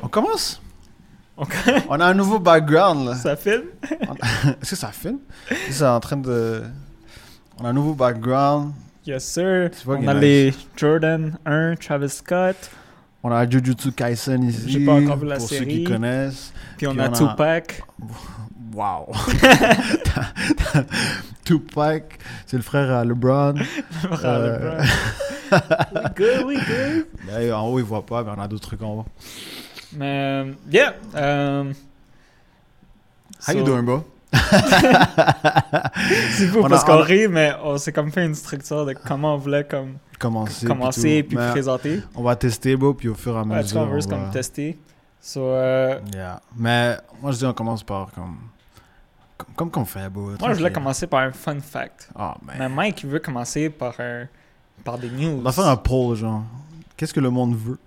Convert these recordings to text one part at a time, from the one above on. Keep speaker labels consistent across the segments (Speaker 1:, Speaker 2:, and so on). Speaker 1: On commence
Speaker 2: Encore
Speaker 1: On a un nouveau background là.
Speaker 2: Ça filme
Speaker 1: Est-ce que ça filme C'est en train de. On a un nouveau background.
Speaker 2: Yes, sir.
Speaker 1: Tu vois
Speaker 2: On
Speaker 1: qu'il
Speaker 2: a
Speaker 1: y en a
Speaker 2: les Jordan 1, Travis Scott,
Speaker 1: On a Jujutsu Kaisen ici.
Speaker 2: J'ai pas encore vu la
Speaker 1: pour ceux qui
Speaker 2: série.
Speaker 1: connaissent.
Speaker 2: puis on,
Speaker 1: Puis
Speaker 2: a
Speaker 1: on a-
Speaker 2: Tupac.
Speaker 1: Wow Tupac, c'est le frère à LeBron. Euh.
Speaker 2: Bravo, bro. We good, we good.
Speaker 1: Là, en haut, il voit pas, mais on a d'autres trucs en bas.
Speaker 2: Mais, euh, yeah. Um,
Speaker 1: How you doing, bro
Speaker 2: C'est fou
Speaker 1: On a-
Speaker 2: parce
Speaker 1: on
Speaker 2: qu'on
Speaker 1: a-
Speaker 2: rit, mais on s'est comme fait une structure de comment on voulait comme
Speaker 1: Commencer.
Speaker 2: commencer
Speaker 1: tout.
Speaker 2: puis
Speaker 1: Mais
Speaker 2: présenter.
Speaker 1: On va tester, bro, puis au fur et à
Speaker 2: Ouais, tu
Speaker 1: mesure.
Speaker 2: vois, on veut
Speaker 1: on
Speaker 2: juste comme
Speaker 1: va-
Speaker 2: tester. So, euh,
Speaker 1: Yeah. Mais moi, je dis, on commence par comme. Comme, comme qu'on fait, bro.
Speaker 2: moi, je voulais
Speaker 1: tranquille.
Speaker 2: commencer par un fun fact.
Speaker 1: Ah,
Speaker 2: Mais
Speaker 1: man.
Speaker 2: Mike, il veut commencer par, un, par des news.
Speaker 1: On va faire un poll, genre. Qu'est-ce que le monde veut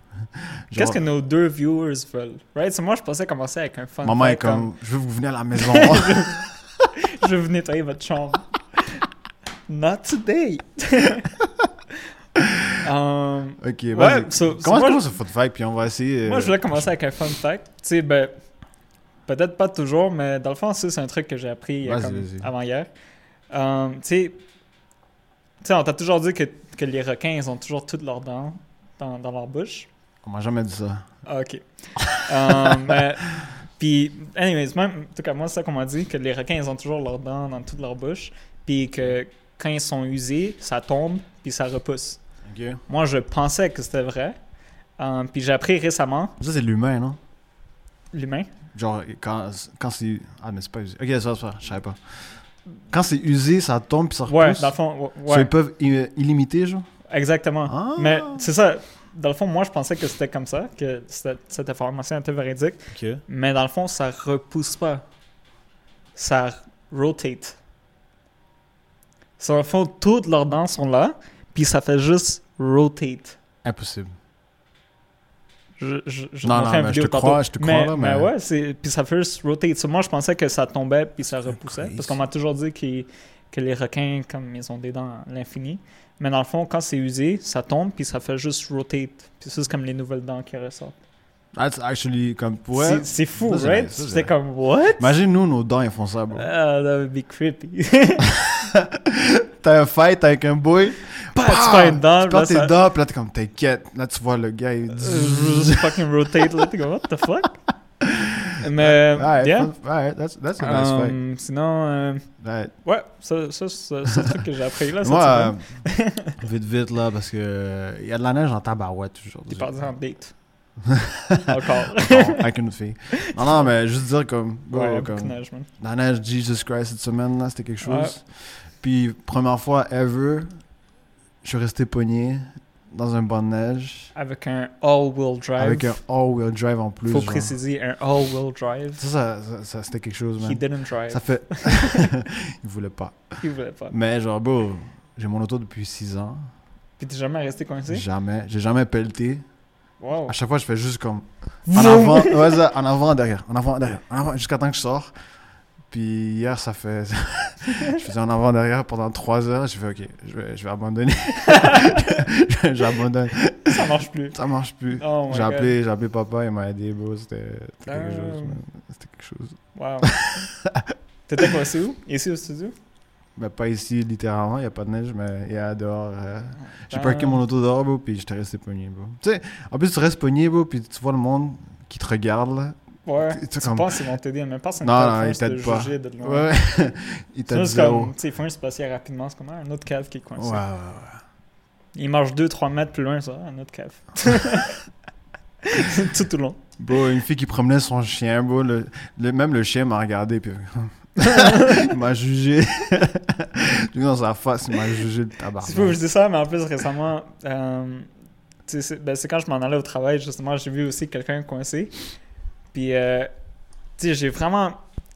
Speaker 2: Qu'est-ce
Speaker 1: Genre,
Speaker 2: que nos deux viewers veulent? Right? So moi, je pensais commencer avec un fun
Speaker 1: Maman est
Speaker 2: fact
Speaker 1: comme, je veux que vous venez à la maison.
Speaker 2: comme, Je vais vous nettoyer votre chambre. Not today! Um,
Speaker 1: ok,
Speaker 2: Ouais,
Speaker 1: vas-y.
Speaker 2: so- so
Speaker 1: commence
Speaker 2: moi,
Speaker 1: commence ce fun fact, puis on va essayer. euh,
Speaker 2: moi, je voulais commencer avec un fun fact. Tu sais, ben, peut-être pas toujours, mais dans le fond, ça, c'est un truc que j'ai appris il y a
Speaker 1: Vas-y,
Speaker 2: comme
Speaker 1: vas-y.
Speaker 2: avant-hier. Um, tu sais, tu sais, on t'a toujours dit que, que les requins, ils ont toujours toutes leurs dents dans, dans leur bouche.
Speaker 1: On m'a jamais dit ça.
Speaker 2: Ah, OK. Um, euh, Puis, anyways, même, en tout cas, moi, c'est ça qu'on m'a dit, que les requins, ils ont toujours leurs dents dans toute leur bouche, puis que quand ils sont usés, ça tombe, puis ça repousse.
Speaker 1: Ok.
Speaker 2: Moi, je pensais que c'était vrai, Um, puis j'ai appris récemment,
Speaker 1: Ça, c'est l'humain, non
Speaker 2: l'humain,
Speaker 1: Genre, quand, quand c'est. Ah, mais c'est pas usé. Ok, ça, ça, je savais pas. Quand c'est usé, ça tombe, puis ça repousse.
Speaker 2: ouais, dans le fond, ouais,
Speaker 1: So, ils peuvent i- euh, illimiter, genre
Speaker 2: exactement.
Speaker 1: Ah.
Speaker 2: Mais c'est ça, dans le fond, moi, je pensais que c'était comme ça, que cette, cette information était véridique,
Speaker 1: Ah, Ok.
Speaker 2: mais dans le fond, ça repousse pas. Ça rotate. Sur le fond, toutes leurs dents sont là, puis ça fait juste rotate.
Speaker 1: Impossible.
Speaker 2: Je, je, je
Speaker 1: Non, non,
Speaker 2: te montrerai une
Speaker 1: mais
Speaker 2: vidéo
Speaker 1: je te
Speaker 2: tantôt.
Speaker 1: crois, je te crois,
Speaker 2: mais,
Speaker 1: là,
Speaker 2: mais
Speaker 1: mais-
Speaker 2: ouais, c'est- puis ça fait juste rotate. So, moi, je pensais que ça tombait, puis ça repoussait,
Speaker 1: crazy.
Speaker 2: parce qu'on m'a toujours dit qu'ils- que les requins, comme ils ont des dents à l'infini. Mais dans le fond, quand c'est usé, ça tombe, puis ça fait juste rotate. Puis ça, c'est comme les nouvelles dents qui ressortent.
Speaker 1: That's actually comme. Ouais.
Speaker 2: C'est- C'est fou,
Speaker 1: Ça, c'est
Speaker 2: right?
Speaker 1: nice, ça, c'est
Speaker 2: C'était
Speaker 1: nice.
Speaker 2: comme, what?
Speaker 1: Imagine, nous, nos dents, ils font ça, bro.
Speaker 2: Ah, that would be creepy.
Speaker 1: T'as un fight avec un boy.
Speaker 2: Bah,
Speaker 1: Bam!
Speaker 2: tu fais une dent,
Speaker 1: Tu perds
Speaker 2: là, ça-
Speaker 1: tes dents, puis là, t'es comme, t'inquiète. Là, tu vois le gars, il.
Speaker 2: Euh, fucking rotate, là, t'es comme, what the fuck? Mais,
Speaker 1: Alright,
Speaker 2: yeah.
Speaker 1: fun- alright, that's, that's a nice fight.
Speaker 2: Um, sinon, euh,
Speaker 1: Alright.
Speaker 2: ouais, ça, ça, ça c'est le truc que j'ai appris là. cette
Speaker 1: Moi,
Speaker 2: semaine.
Speaker 1: euh, vite, vite, là, parce que euh, y a de la neige en tabarouette toujours.
Speaker 2: T'es parti en date. Encore.
Speaker 1: avec une autre fille. Non, non, mais juste dire comme, bro,
Speaker 2: Ouais, beaucoup de
Speaker 1: comme
Speaker 2: neige, man.
Speaker 1: la neige Jesus Christ cette semaine, là, c'était quelque chose.
Speaker 2: Ouais.
Speaker 1: Puis, première fois ever, je suis resté pogné dans un banc de neige
Speaker 2: Avec un all-wheel drive.
Speaker 1: avec un all-wheel drive en plus.
Speaker 2: Faut
Speaker 1: genre.
Speaker 2: préciser, un all-wheel drive.
Speaker 1: Ça, ça, ça, ça, c'était quelque chose,
Speaker 2: He
Speaker 1: man.
Speaker 2: didn't drive.
Speaker 1: Ça fait. Il voulait pas.
Speaker 2: Il voulait pas.
Speaker 1: Mais genre, bro, j'ai mon auto depuis 6 ans.
Speaker 2: Puis t'es jamais resté coincé?
Speaker 1: Jamais. J'ai jamais pelleté.
Speaker 2: Wow.
Speaker 1: À chaque fois, je fais juste comme. En avant, ouais, ça, en avant, en derrière, en avant, en derrière, en avant, jusqu'à temps que je sors. Puis hier, ça fait. je faisais en avant, en derrière pendant 3 heures. J'ai fait, ok, je vais, je vais abandonner. J'abandonne.
Speaker 2: Ça marche plus.
Speaker 1: Ça marche plus.
Speaker 2: Oh my
Speaker 1: j'ai appelé, j'ai appelé papa, il m'a aidé, bro. C'était c'était quelque
Speaker 2: Damn.
Speaker 1: chose, man. C'était quelque chose.
Speaker 2: God. Wow. T'étais coincé où? Ici au studio?
Speaker 1: Mais pas ici, littéralement, il n'y a pas de neige, mais il y a dehors. euh, J'ai
Speaker 2: Damn.
Speaker 1: parké mon auto dehors, bro, puis j'étais resté pogné, bro. Tu sais, en plus, tu restes pogné, bro, puis tu vois le monde qui te regarde, là.
Speaker 2: Ouais.
Speaker 1: Tu- tu
Speaker 2: Tu
Speaker 1: comme-
Speaker 2: penses qu'ils vont t'aider, mais personne
Speaker 1: Non, non,
Speaker 2: ne
Speaker 1: ils t'aident pas.
Speaker 2: juger de loin.
Speaker 1: Ouais, il
Speaker 2: C'est
Speaker 1: t'a
Speaker 2: juste
Speaker 1: dit là-haut.
Speaker 2: comme, tu sais, ils font juste passer rapidement, c'est comme ah, un autre cave qui est
Speaker 1: Ouais,
Speaker 2: coincé.
Speaker 1: ouais, ouais.
Speaker 2: Ils marchent 2-3 mètres plus loin, ça, un autre cave. tout au long.
Speaker 1: Bro, une fille qui promenait son chien, bro, le, le- même le chien m'a regardé, puis il m'a jugé. J'ai vu dans sa face, il m'a jugé le tabac.
Speaker 2: C'est fou, je dis ça, mais en plus, récemment, euh, tu sais, c'est ben, c'est quand je m'en allais au travail, justement, j'ai vu aussi quelqu'un coincé. Puis, euh, tu sais, j'ai vraiment.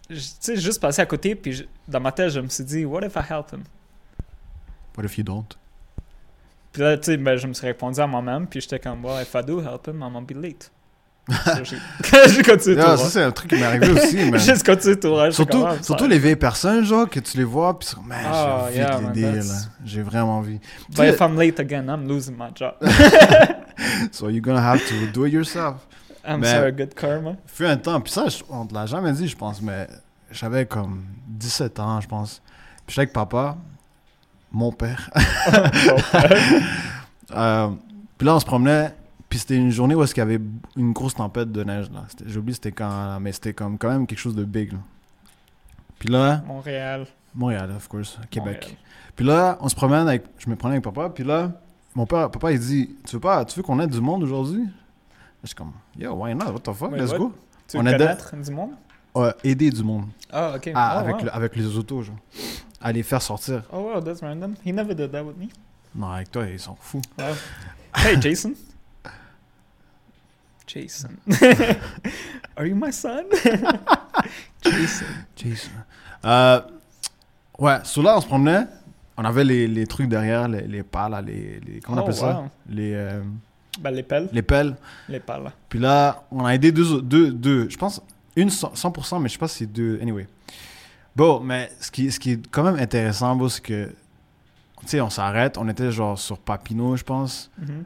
Speaker 2: Tu sais, juste passé à côté, puis je- dans ma tête, je me suis dit, what if I help him?
Speaker 1: What if you don't?
Speaker 2: Puis là, tu sais, ben, je me suis répondu à moi-même, puis j'étais comme, well, if I do help him, I'm gonna be late. So, j'ai j'ai continué
Speaker 1: Ah,
Speaker 2: tout
Speaker 1: ça,
Speaker 2: droit.
Speaker 1: c'est un truc qui m'est arrivé aussi, man.
Speaker 2: Juste continué tout droit. j'étais
Speaker 1: Surtout,
Speaker 2: comme, ah, ça-
Speaker 1: surtout les vieilles personnes, genre, que tu les vois, puis ils sont, man,
Speaker 2: Ah,
Speaker 1: j'ai envie
Speaker 2: yeah,
Speaker 1: de
Speaker 2: man,
Speaker 1: l'aider, là.
Speaker 2: that's-
Speaker 1: J'ai vraiment envie. Tu
Speaker 2: But
Speaker 1: sais,
Speaker 2: if I'm late again, I'm losing my job.
Speaker 1: So you're gonna have to do it yourself.
Speaker 2: I'm
Speaker 1: Mais-
Speaker 2: sorry, good karma.
Speaker 1: fut un temps, puis ça, je- on te l'a jamais dit, je pense, mais j'avais comme 17 ans, je pense. Puis j'étais avec papa, mon père. Euh, puis là, on se promenait, puis c'était une journée où est-ce qu'il y avait une grosse tempête de neige, là. C'était- J'oublie c'était quand, là, mais c'était comme quand même quelque chose de big, là. Puis là,
Speaker 2: Montréal.
Speaker 1: Montréal, of course, Québec.
Speaker 2: Montréal.
Speaker 1: Puis là, on se promène avec. Je me prenais avec papa. Puis là, mon père, papa, il dit Tu veux pas, tu veux qu'on aide du monde aujourd'hui Je suis comme Yo, why not What the fuck
Speaker 2: Wait,
Speaker 1: Let's
Speaker 2: what?
Speaker 1: go.
Speaker 2: Tu
Speaker 1: On
Speaker 2: veux
Speaker 1: a deux-
Speaker 2: connaître du monde?
Speaker 1: Euh, aider du monde.
Speaker 2: Ah, ok.
Speaker 1: Ah,
Speaker 2: oh,
Speaker 1: avec,
Speaker 2: wow.
Speaker 1: le- avec les autos, genre. À les faire sortir.
Speaker 2: Oh, wow, that's random. He never did that with me.
Speaker 1: Non, avec toi, ils s'en foutent.
Speaker 2: Wow. Hey, Jason. Jason. Are you my son? Jason.
Speaker 1: Jeez. Euh, ouais, sous là, on se promenait. On avait les, les trucs derrière, les, les pales, les, les- Comment on
Speaker 2: Oh,
Speaker 1: appelle ça
Speaker 2: wow.
Speaker 1: les, euh,
Speaker 2: Ben, les pelles.
Speaker 1: les pelles.
Speaker 2: Les pales.
Speaker 1: Puis là, on a aidé deux, deux, deux je pense, une cent- 100%, mais je sais pas si c'est deux. Anyway. Bon, mais ce qui, ce qui est quand même intéressant, bro, c'est que, tu sais, on s'arrête, on était genre sur Papineau, je pense.
Speaker 2: Mhm.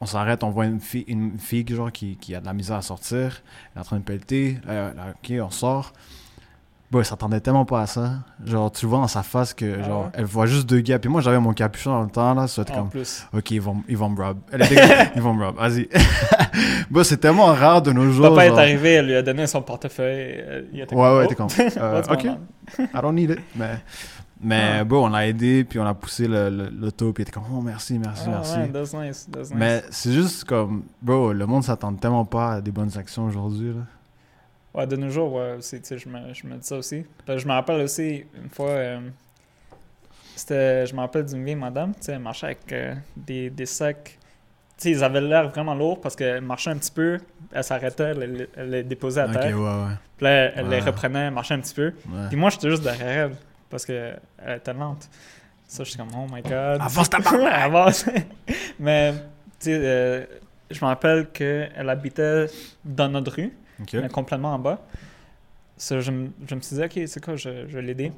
Speaker 1: On s'arrête, on voit une fille, une fille genre, qui, qui a de la misère à sortir, elle est en train de pelleter, Euh, là, là, ok, on sort. Bon, elle s'attendait tellement pas à ça. Genre, tu vois dans sa face que,
Speaker 2: Ah
Speaker 1: genre,
Speaker 2: ouais? Ah.
Speaker 1: elle voit juste deux gars. Puis moi, j'avais mon capuchon dans le temps, là, ça va être
Speaker 2: En
Speaker 1: comme,
Speaker 2: plus.
Speaker 1: Ok, ils vont, ils vont me rob. Elle était- ils vont me rob, vas-y. bah, c'est tellement rare de nos jours.
Speaker 2: Papa est
Speaker 1: genre,
Speaker 2: arrivé, elle lui a donné son portefeuille. euh, Il était
Speaker 1: Ouais, ouais,
Speaker 2: oh,
Speaker 1: t'es comme. euh,
Speaker 2: what's
Speaker 1: ok,
Speaker 2: going on?
Speaker 1: I don't need it. Mais, mais
Speaker 2: Ah.
Speaker 1: bon, on l'a aidé, puis on a poussé le- le- l'auto, puis il était comme, oh merci, merci,
Speaker 2: Ah,
Speaker 1: merci.
Speaker 2: ouais, that's nice, that's nice.
Speaker 1: mais c'est juste comme, bro, le monde s'attend tellement pas à des bonnes actions aujourd'hui. là.
Speaker 2: Ouais, de nos jours, ouais, aussi, tu sais, je me, je me dis ça aussi. Parce que je me rappelle aussi, une fois, euh, c'était, je me rappelle d'une vieille madame, tu sais, elle marchait avec euh, des, des sacs. Tu sais, ils avaient l'air vraiment lourds parce qu'elle marchait un petit peu, elle s'arrêtait, elle, les- elle les déposait à
Speaker 1: Ok, ouais,
Speaker 2: terre.
Speaker 1: ouais.
Speaker 2: Puis là, elle, elle les
Speaker 1: Ouais.
Speaker 2: reprenait, elle marchait un petit peu.
Speaker 1: ouais.
Speaker 2: Puis moi, j'étais juste derrière elle parce qu'elle était lente. Ça, je suis comme, oh my god.
Speaker 1: Avance ta
Speaker 2: Ouais, avance. Mais, tu sais, euh, je me rappelle qu'elle habitait dans notre rue
Speaker 1: Ok.
Speaker 2: mais complètement en bas. Ça, je, me, je me suis dit, ok, c'est quoi, je, je vais l'aider.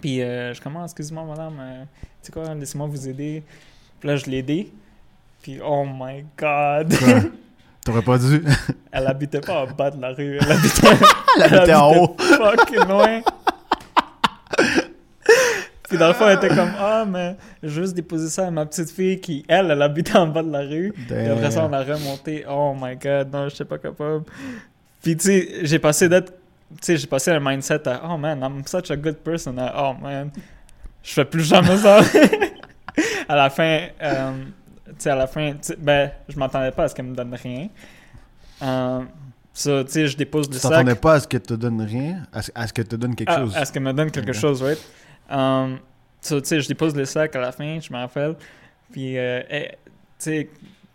Speaker 2: Puis euh, je commence, excuse-moi, madame, euh, c'est quoi, laissez-moi vous aider. Puis là, je l'ai aidé. Puis oh my god,
Speaker 1: Quoi? T'aurais pas dû.
Speaker 2: elle habitait pas en bas de la rue, elle habitait,
Speaker 1: Elle habitait en haut.
Speaker 2: fucking loin. Puis dans le fond, elle était comme, ah, mais je veux juste déposer ça à ma petite fille qui, elle, elle habitait en bas de la rue.
Speaker 1: Euh,
Speaker 2: Et après ça, on a remonté. Oh my god, non, je sais pas capable. Puis tu sais, j'ai passé d'être. Tu sais, j'ai passé un mindset à Oh man, I'm such a good person. à, Oh man, je fais plus jamais ça. à la fin, euh, tu sais, à la fin, tu sais, ben, je m'attendais pas à ce qu'elle me donne rien. Euh, ça, tu sais, je dépose le
Speaker 1: Tu
Speaker 2: sac.
Speaker 1: t'attendais pas à ce qu'elle te donne rien, à ce, à ce qu'elle te donne quelque
Speaker 2: Ah,
Speaker 1: chose.
Speaker 2: à ce qu'elle me donne quelque
Speaker 1: Ok.
Speaker 2: chose, right? Um, so, tu sais, je dépose le sac à la fin, je m'en rappelle. Puis, euh, eh, tu sais,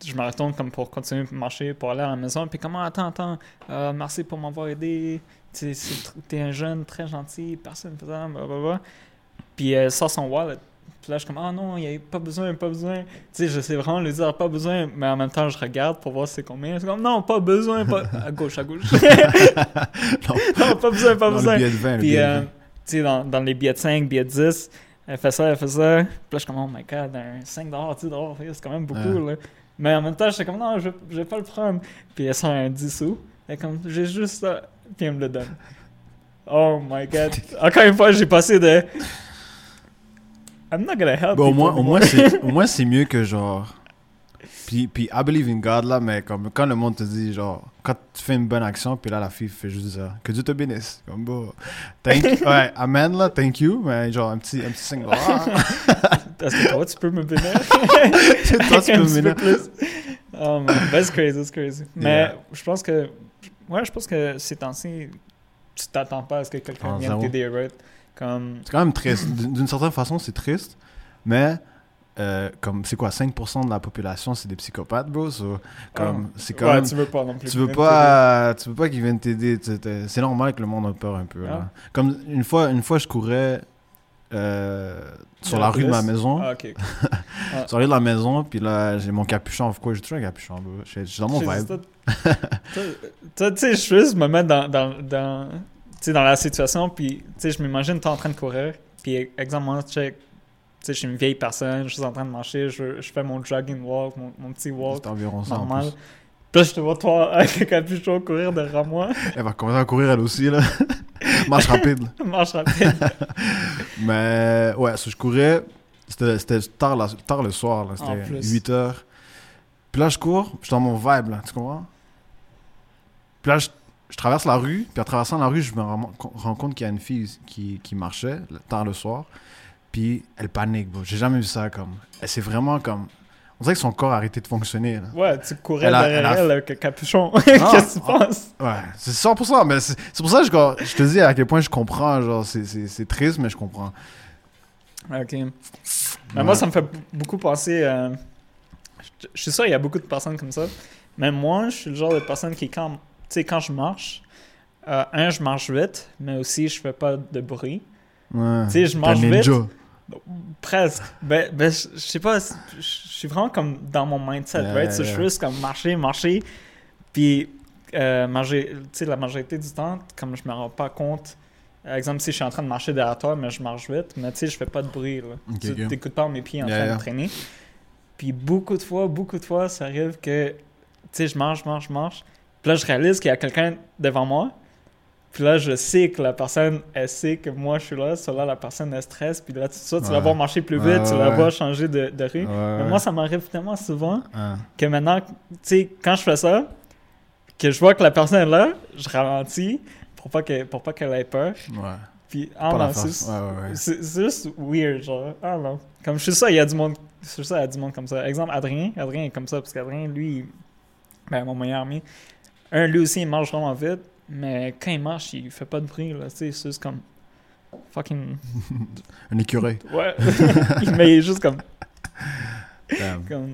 Speaker 2: je me retourne comme pour continuer à marcher, pour aller à la maison. Puis, comment, attends, attends, euh, merci pour m'avoir aidé. Tu sais, c'est tr- t'es un jeune très gentil, personne ne bla blablabla. Puis, elle sort son wallet. Puis là, je suis comme, ah non, il n'y a pas besoin, pas besoin. Tu sais, je sais vraiment lui dire, pas besoin, mais en même temps, je regarde pour voir c'est combien. Je suis comme, non, pas besoin, pas. À gauche, à gauche. non, pas besoin, pas
Speaker 1: Dans
Speaker 2: besoin.
Speaker 1: le billet de vin, le
Speaker 2: Puis,
Speaker 1: billet de
Speaker 2: euh,
Speaker 1: vin.
Speaker 2: tu sais, dans, dans les billets de 5, billets de 10, elle fait ça, elle fait ça. Puis là, je suis comme, oh my god, un 5 10 c'est quand même beaucoup, là. Mais en même temps, j'étais comme, non, je, je vais pas le prendre. Puis elle sort un 10 sous. Elle est comme, j'ai juste ça. Puis elle me le donne. Oh my god. Encore une fois, j'ai passé de. I'm not gonna help.
Speaker 1: Bon, au
Speaker 2: people
Speaker 1: moins, au
Speaker 2: anymore.
Speaker 1: moins, c'est, au moins, c'est mieux que genre. Puis, puis I believe in God là, mais comme quand le monde te dit genre, quand tu fais une bonne action, puis là la fille fait juste ça, que Dieu te bénisse. Comme bon, thank ouais, amen là, thank you, mais genre un petit, un petit signe. genre, ah,
Speaker 2: Est-ce que toi, tu peux me bénir?
Speaker 1: toi, tu
Speaker 2: Un
Speaker 1: peux
Speaker 2: petit
Speaker 1: m'aider.
Speaker 2: peu plus. Oh man, that's crazy, that's crazy. Mais
Speaker 1: Yeah.
Speaker 2: je pense que, ouais, je pense que ces temps-ci, tu t'attends pas à ce que quelqu'un
Speaker 1: Ah,
Speaker 2: vienne
Speaker 1: zéro.
Speaker 2: t'aider, right? Comme,
Speaker 1: C'est quand même triste. D'une d'une certaine façon, c'est triste, mais euh, comme c'est quoi, 5% de la population, c'est des psychopathes, bro. so, comme c'est quand
Speaker 2: oh. Ah. ouais,
Speaker 1: même
Speaker 2: tu veux pas non plus.
Speaker 1: Tu
Speaker 2: venir
Speaker 1: veux pas, tu veux pas qu'ils viennent t'aider. tu sais, t'es- C'est normal que le monde a peur un peu.
Speaker 2: Ah.
Speaker 1: là. Comme une fois, une fois, je courais euh, sur
Speaker 2: Dans
Speaker 1: la
Speaker 2: la
Speaker 1: rue de ma
Speaker 2: police?
Speaker 1: maison.
Speaker 2: t'aider. Ah, ok. ok.
Speaker 1: Sur la rue de la maison, puis là, j'ai mon capuchon. Pourquoi j'ai toujours un capuchon bro. Je suis- je suis dans mon
Speaker 2: Je sais,
Speaker 1: vibe.
Speaker 2: toi- toi- toi, tu sais, je veux juste me mettre dans, dans, dans, tu sais, dans la situation, puis tu sais, je m'imagine toi en train de courir, puis exemple, moi, check, tu sais, je suis une vieille personne, je suis en train de marcher, je, je fais mon jogging walk, mon, mon petit walk.
Speaker 1: C'est environ ça. en
Speaker 2: normal.
Speaker 1: plus.
Speaker 2: Toi, je te vois, toi, avec le capuchon courir derrière moi.
Speaker 1: Elle va commencer à courir elle aussi, là. Marche rapide. là.
Speaker 2: Marche rapide.
Speaker 1: Mais ouais, ça, je courais. C'était c'était tard, la- tard le soir, là.
Speaker 2: En
Speaker 1: C'était
Speaker 2: plus.
Speaker 1: 8 heures. Puis là, je cours, je suis dans mon vibe, là, tu comprends? Puis là, je, je traverse la rue. Puis en traversant la rue, je me rends, rends compte qu'il y a une fille qui, qui marchait le- tard le soir. Puis elle panique, bro. J'ai jamais vu ça comme. Elle s'est vraiment comme. On dirait que son corps a arrêté de fonctionner, là.
Speaker 2: Ouais, tu courais
Speaker 1: Elle a-
Speaker 2: derrière
Speaker 1: elle a-
Speaker 2: elle avec le capuchon. Qu'est-ce que tu
Speaker 1: ah.
Speaker 2: penses?
Speaker 1: Ouais, c'est 100%, mais c'est c'est pour ça que je, quand- je te dis à quel point je comprends. Genre, c'est- c'est c'est triste, mais je comprends.
Speaker 2: Ok. Mais
Speaker 1: Ouais.
Speaker 2: moi, ça me fait b- beaucoup penser. euh, je- Je suis sûr, il y a beaucoup de personnes comme ça. Mais moi, je suis le genre de personne qui, quand, tu sais, quand je marche, euh, un, je marche vite, mais aussi, je fais pas de bruit.
Speaker 1: Ouais.
Speaker 2: Tu sais, je
Speaker 1: T'es un
Speaker 2: marche vite.
Speaker 1: ninja.
Speaker 2: Presque. Ben, ben je je sais pas, c'est- je suis vraiment comme dans mon mindset,
Speaker 1: Yeah,
Speaker 2: right? Tu sais,
Speaker 1: yeah.
Speaker 2: Je suis juste comme marcher, marcher, puis euh, manger- tu sais, la majorité du temps, comme je me rends pas compte, par exemple, si je suis en train de marcher derrière toi, mais je marche vite, mais tu sais, je fais pas de bruit, là.
Speaker 1: Ok,
Speaker 2: tu
Speaker 1: ok.
Speaker 2: t'écoutes pas mes pieds en
Speaker 1: Yeah,
Speaker 2: train
Speaker 1: yeah.
Speaker 2: de traîner. Puis beaucoup de fois, beaucoup de fois, ça arrive que, tu sais, je marche, marche, marche, puis là, je réalise qu'il y a quelqu'un devant moi, puis là, je sais que la personne, elle sait que moi, je suis là. So là, la personne, elle stresse. Puis là, tu, soit tu la
Speaker 1: Ouais.
Speaker 2: vois marcher plus vite,
Speaker 1: Ouais,
Speaker 2: tu
Speaker 1: ouais,
Speaker 2: la
Speaker 1: ouais.
Speaker 2: vois changer de, de rue.
Speaker 1: Ouais,
Speaker 2: Mais
Speaker 1: ouais.
Speaker 2: moi, ça m'arrive tellement souvent
Speaker 1: Ah.
Speaker 2: que maintenant, tu sais, quand je fais ça, que je vois que la personne est là, je ralentis pour pas qu'elle pour pas qu'elle ait peur.
Speaker 1: Ouais.
Speaker 2: Puis,
Speaker 1: Pas
Speaker 2: ah
Speaker 1: la
Speaker 2: non,
Speaker 1: face.
Speaker 2: c'est
Speaker 1: Ouais, ouais, ouais.
Speaker 2: c'est- c'est juste weird, genre. Ah non. Comme je suis ça, il y a du monde. Je suis ça, il y a du monde comme ça. Exemple, Adrien. Adrien est comme ça, parce qu'Adrien, lui, il- ben, mon meilleur ami, un, lui aussi, il marche vraiment vite, mais quand il marche, il fait pas de bruit, là. Tu sais, c'est juste comme. Fucking.
Speaker 1: Un écureuil.
Speaker 2: Ouais. mais il est juste comme.
Speaker 1: Damn.
Speaker 2: comme...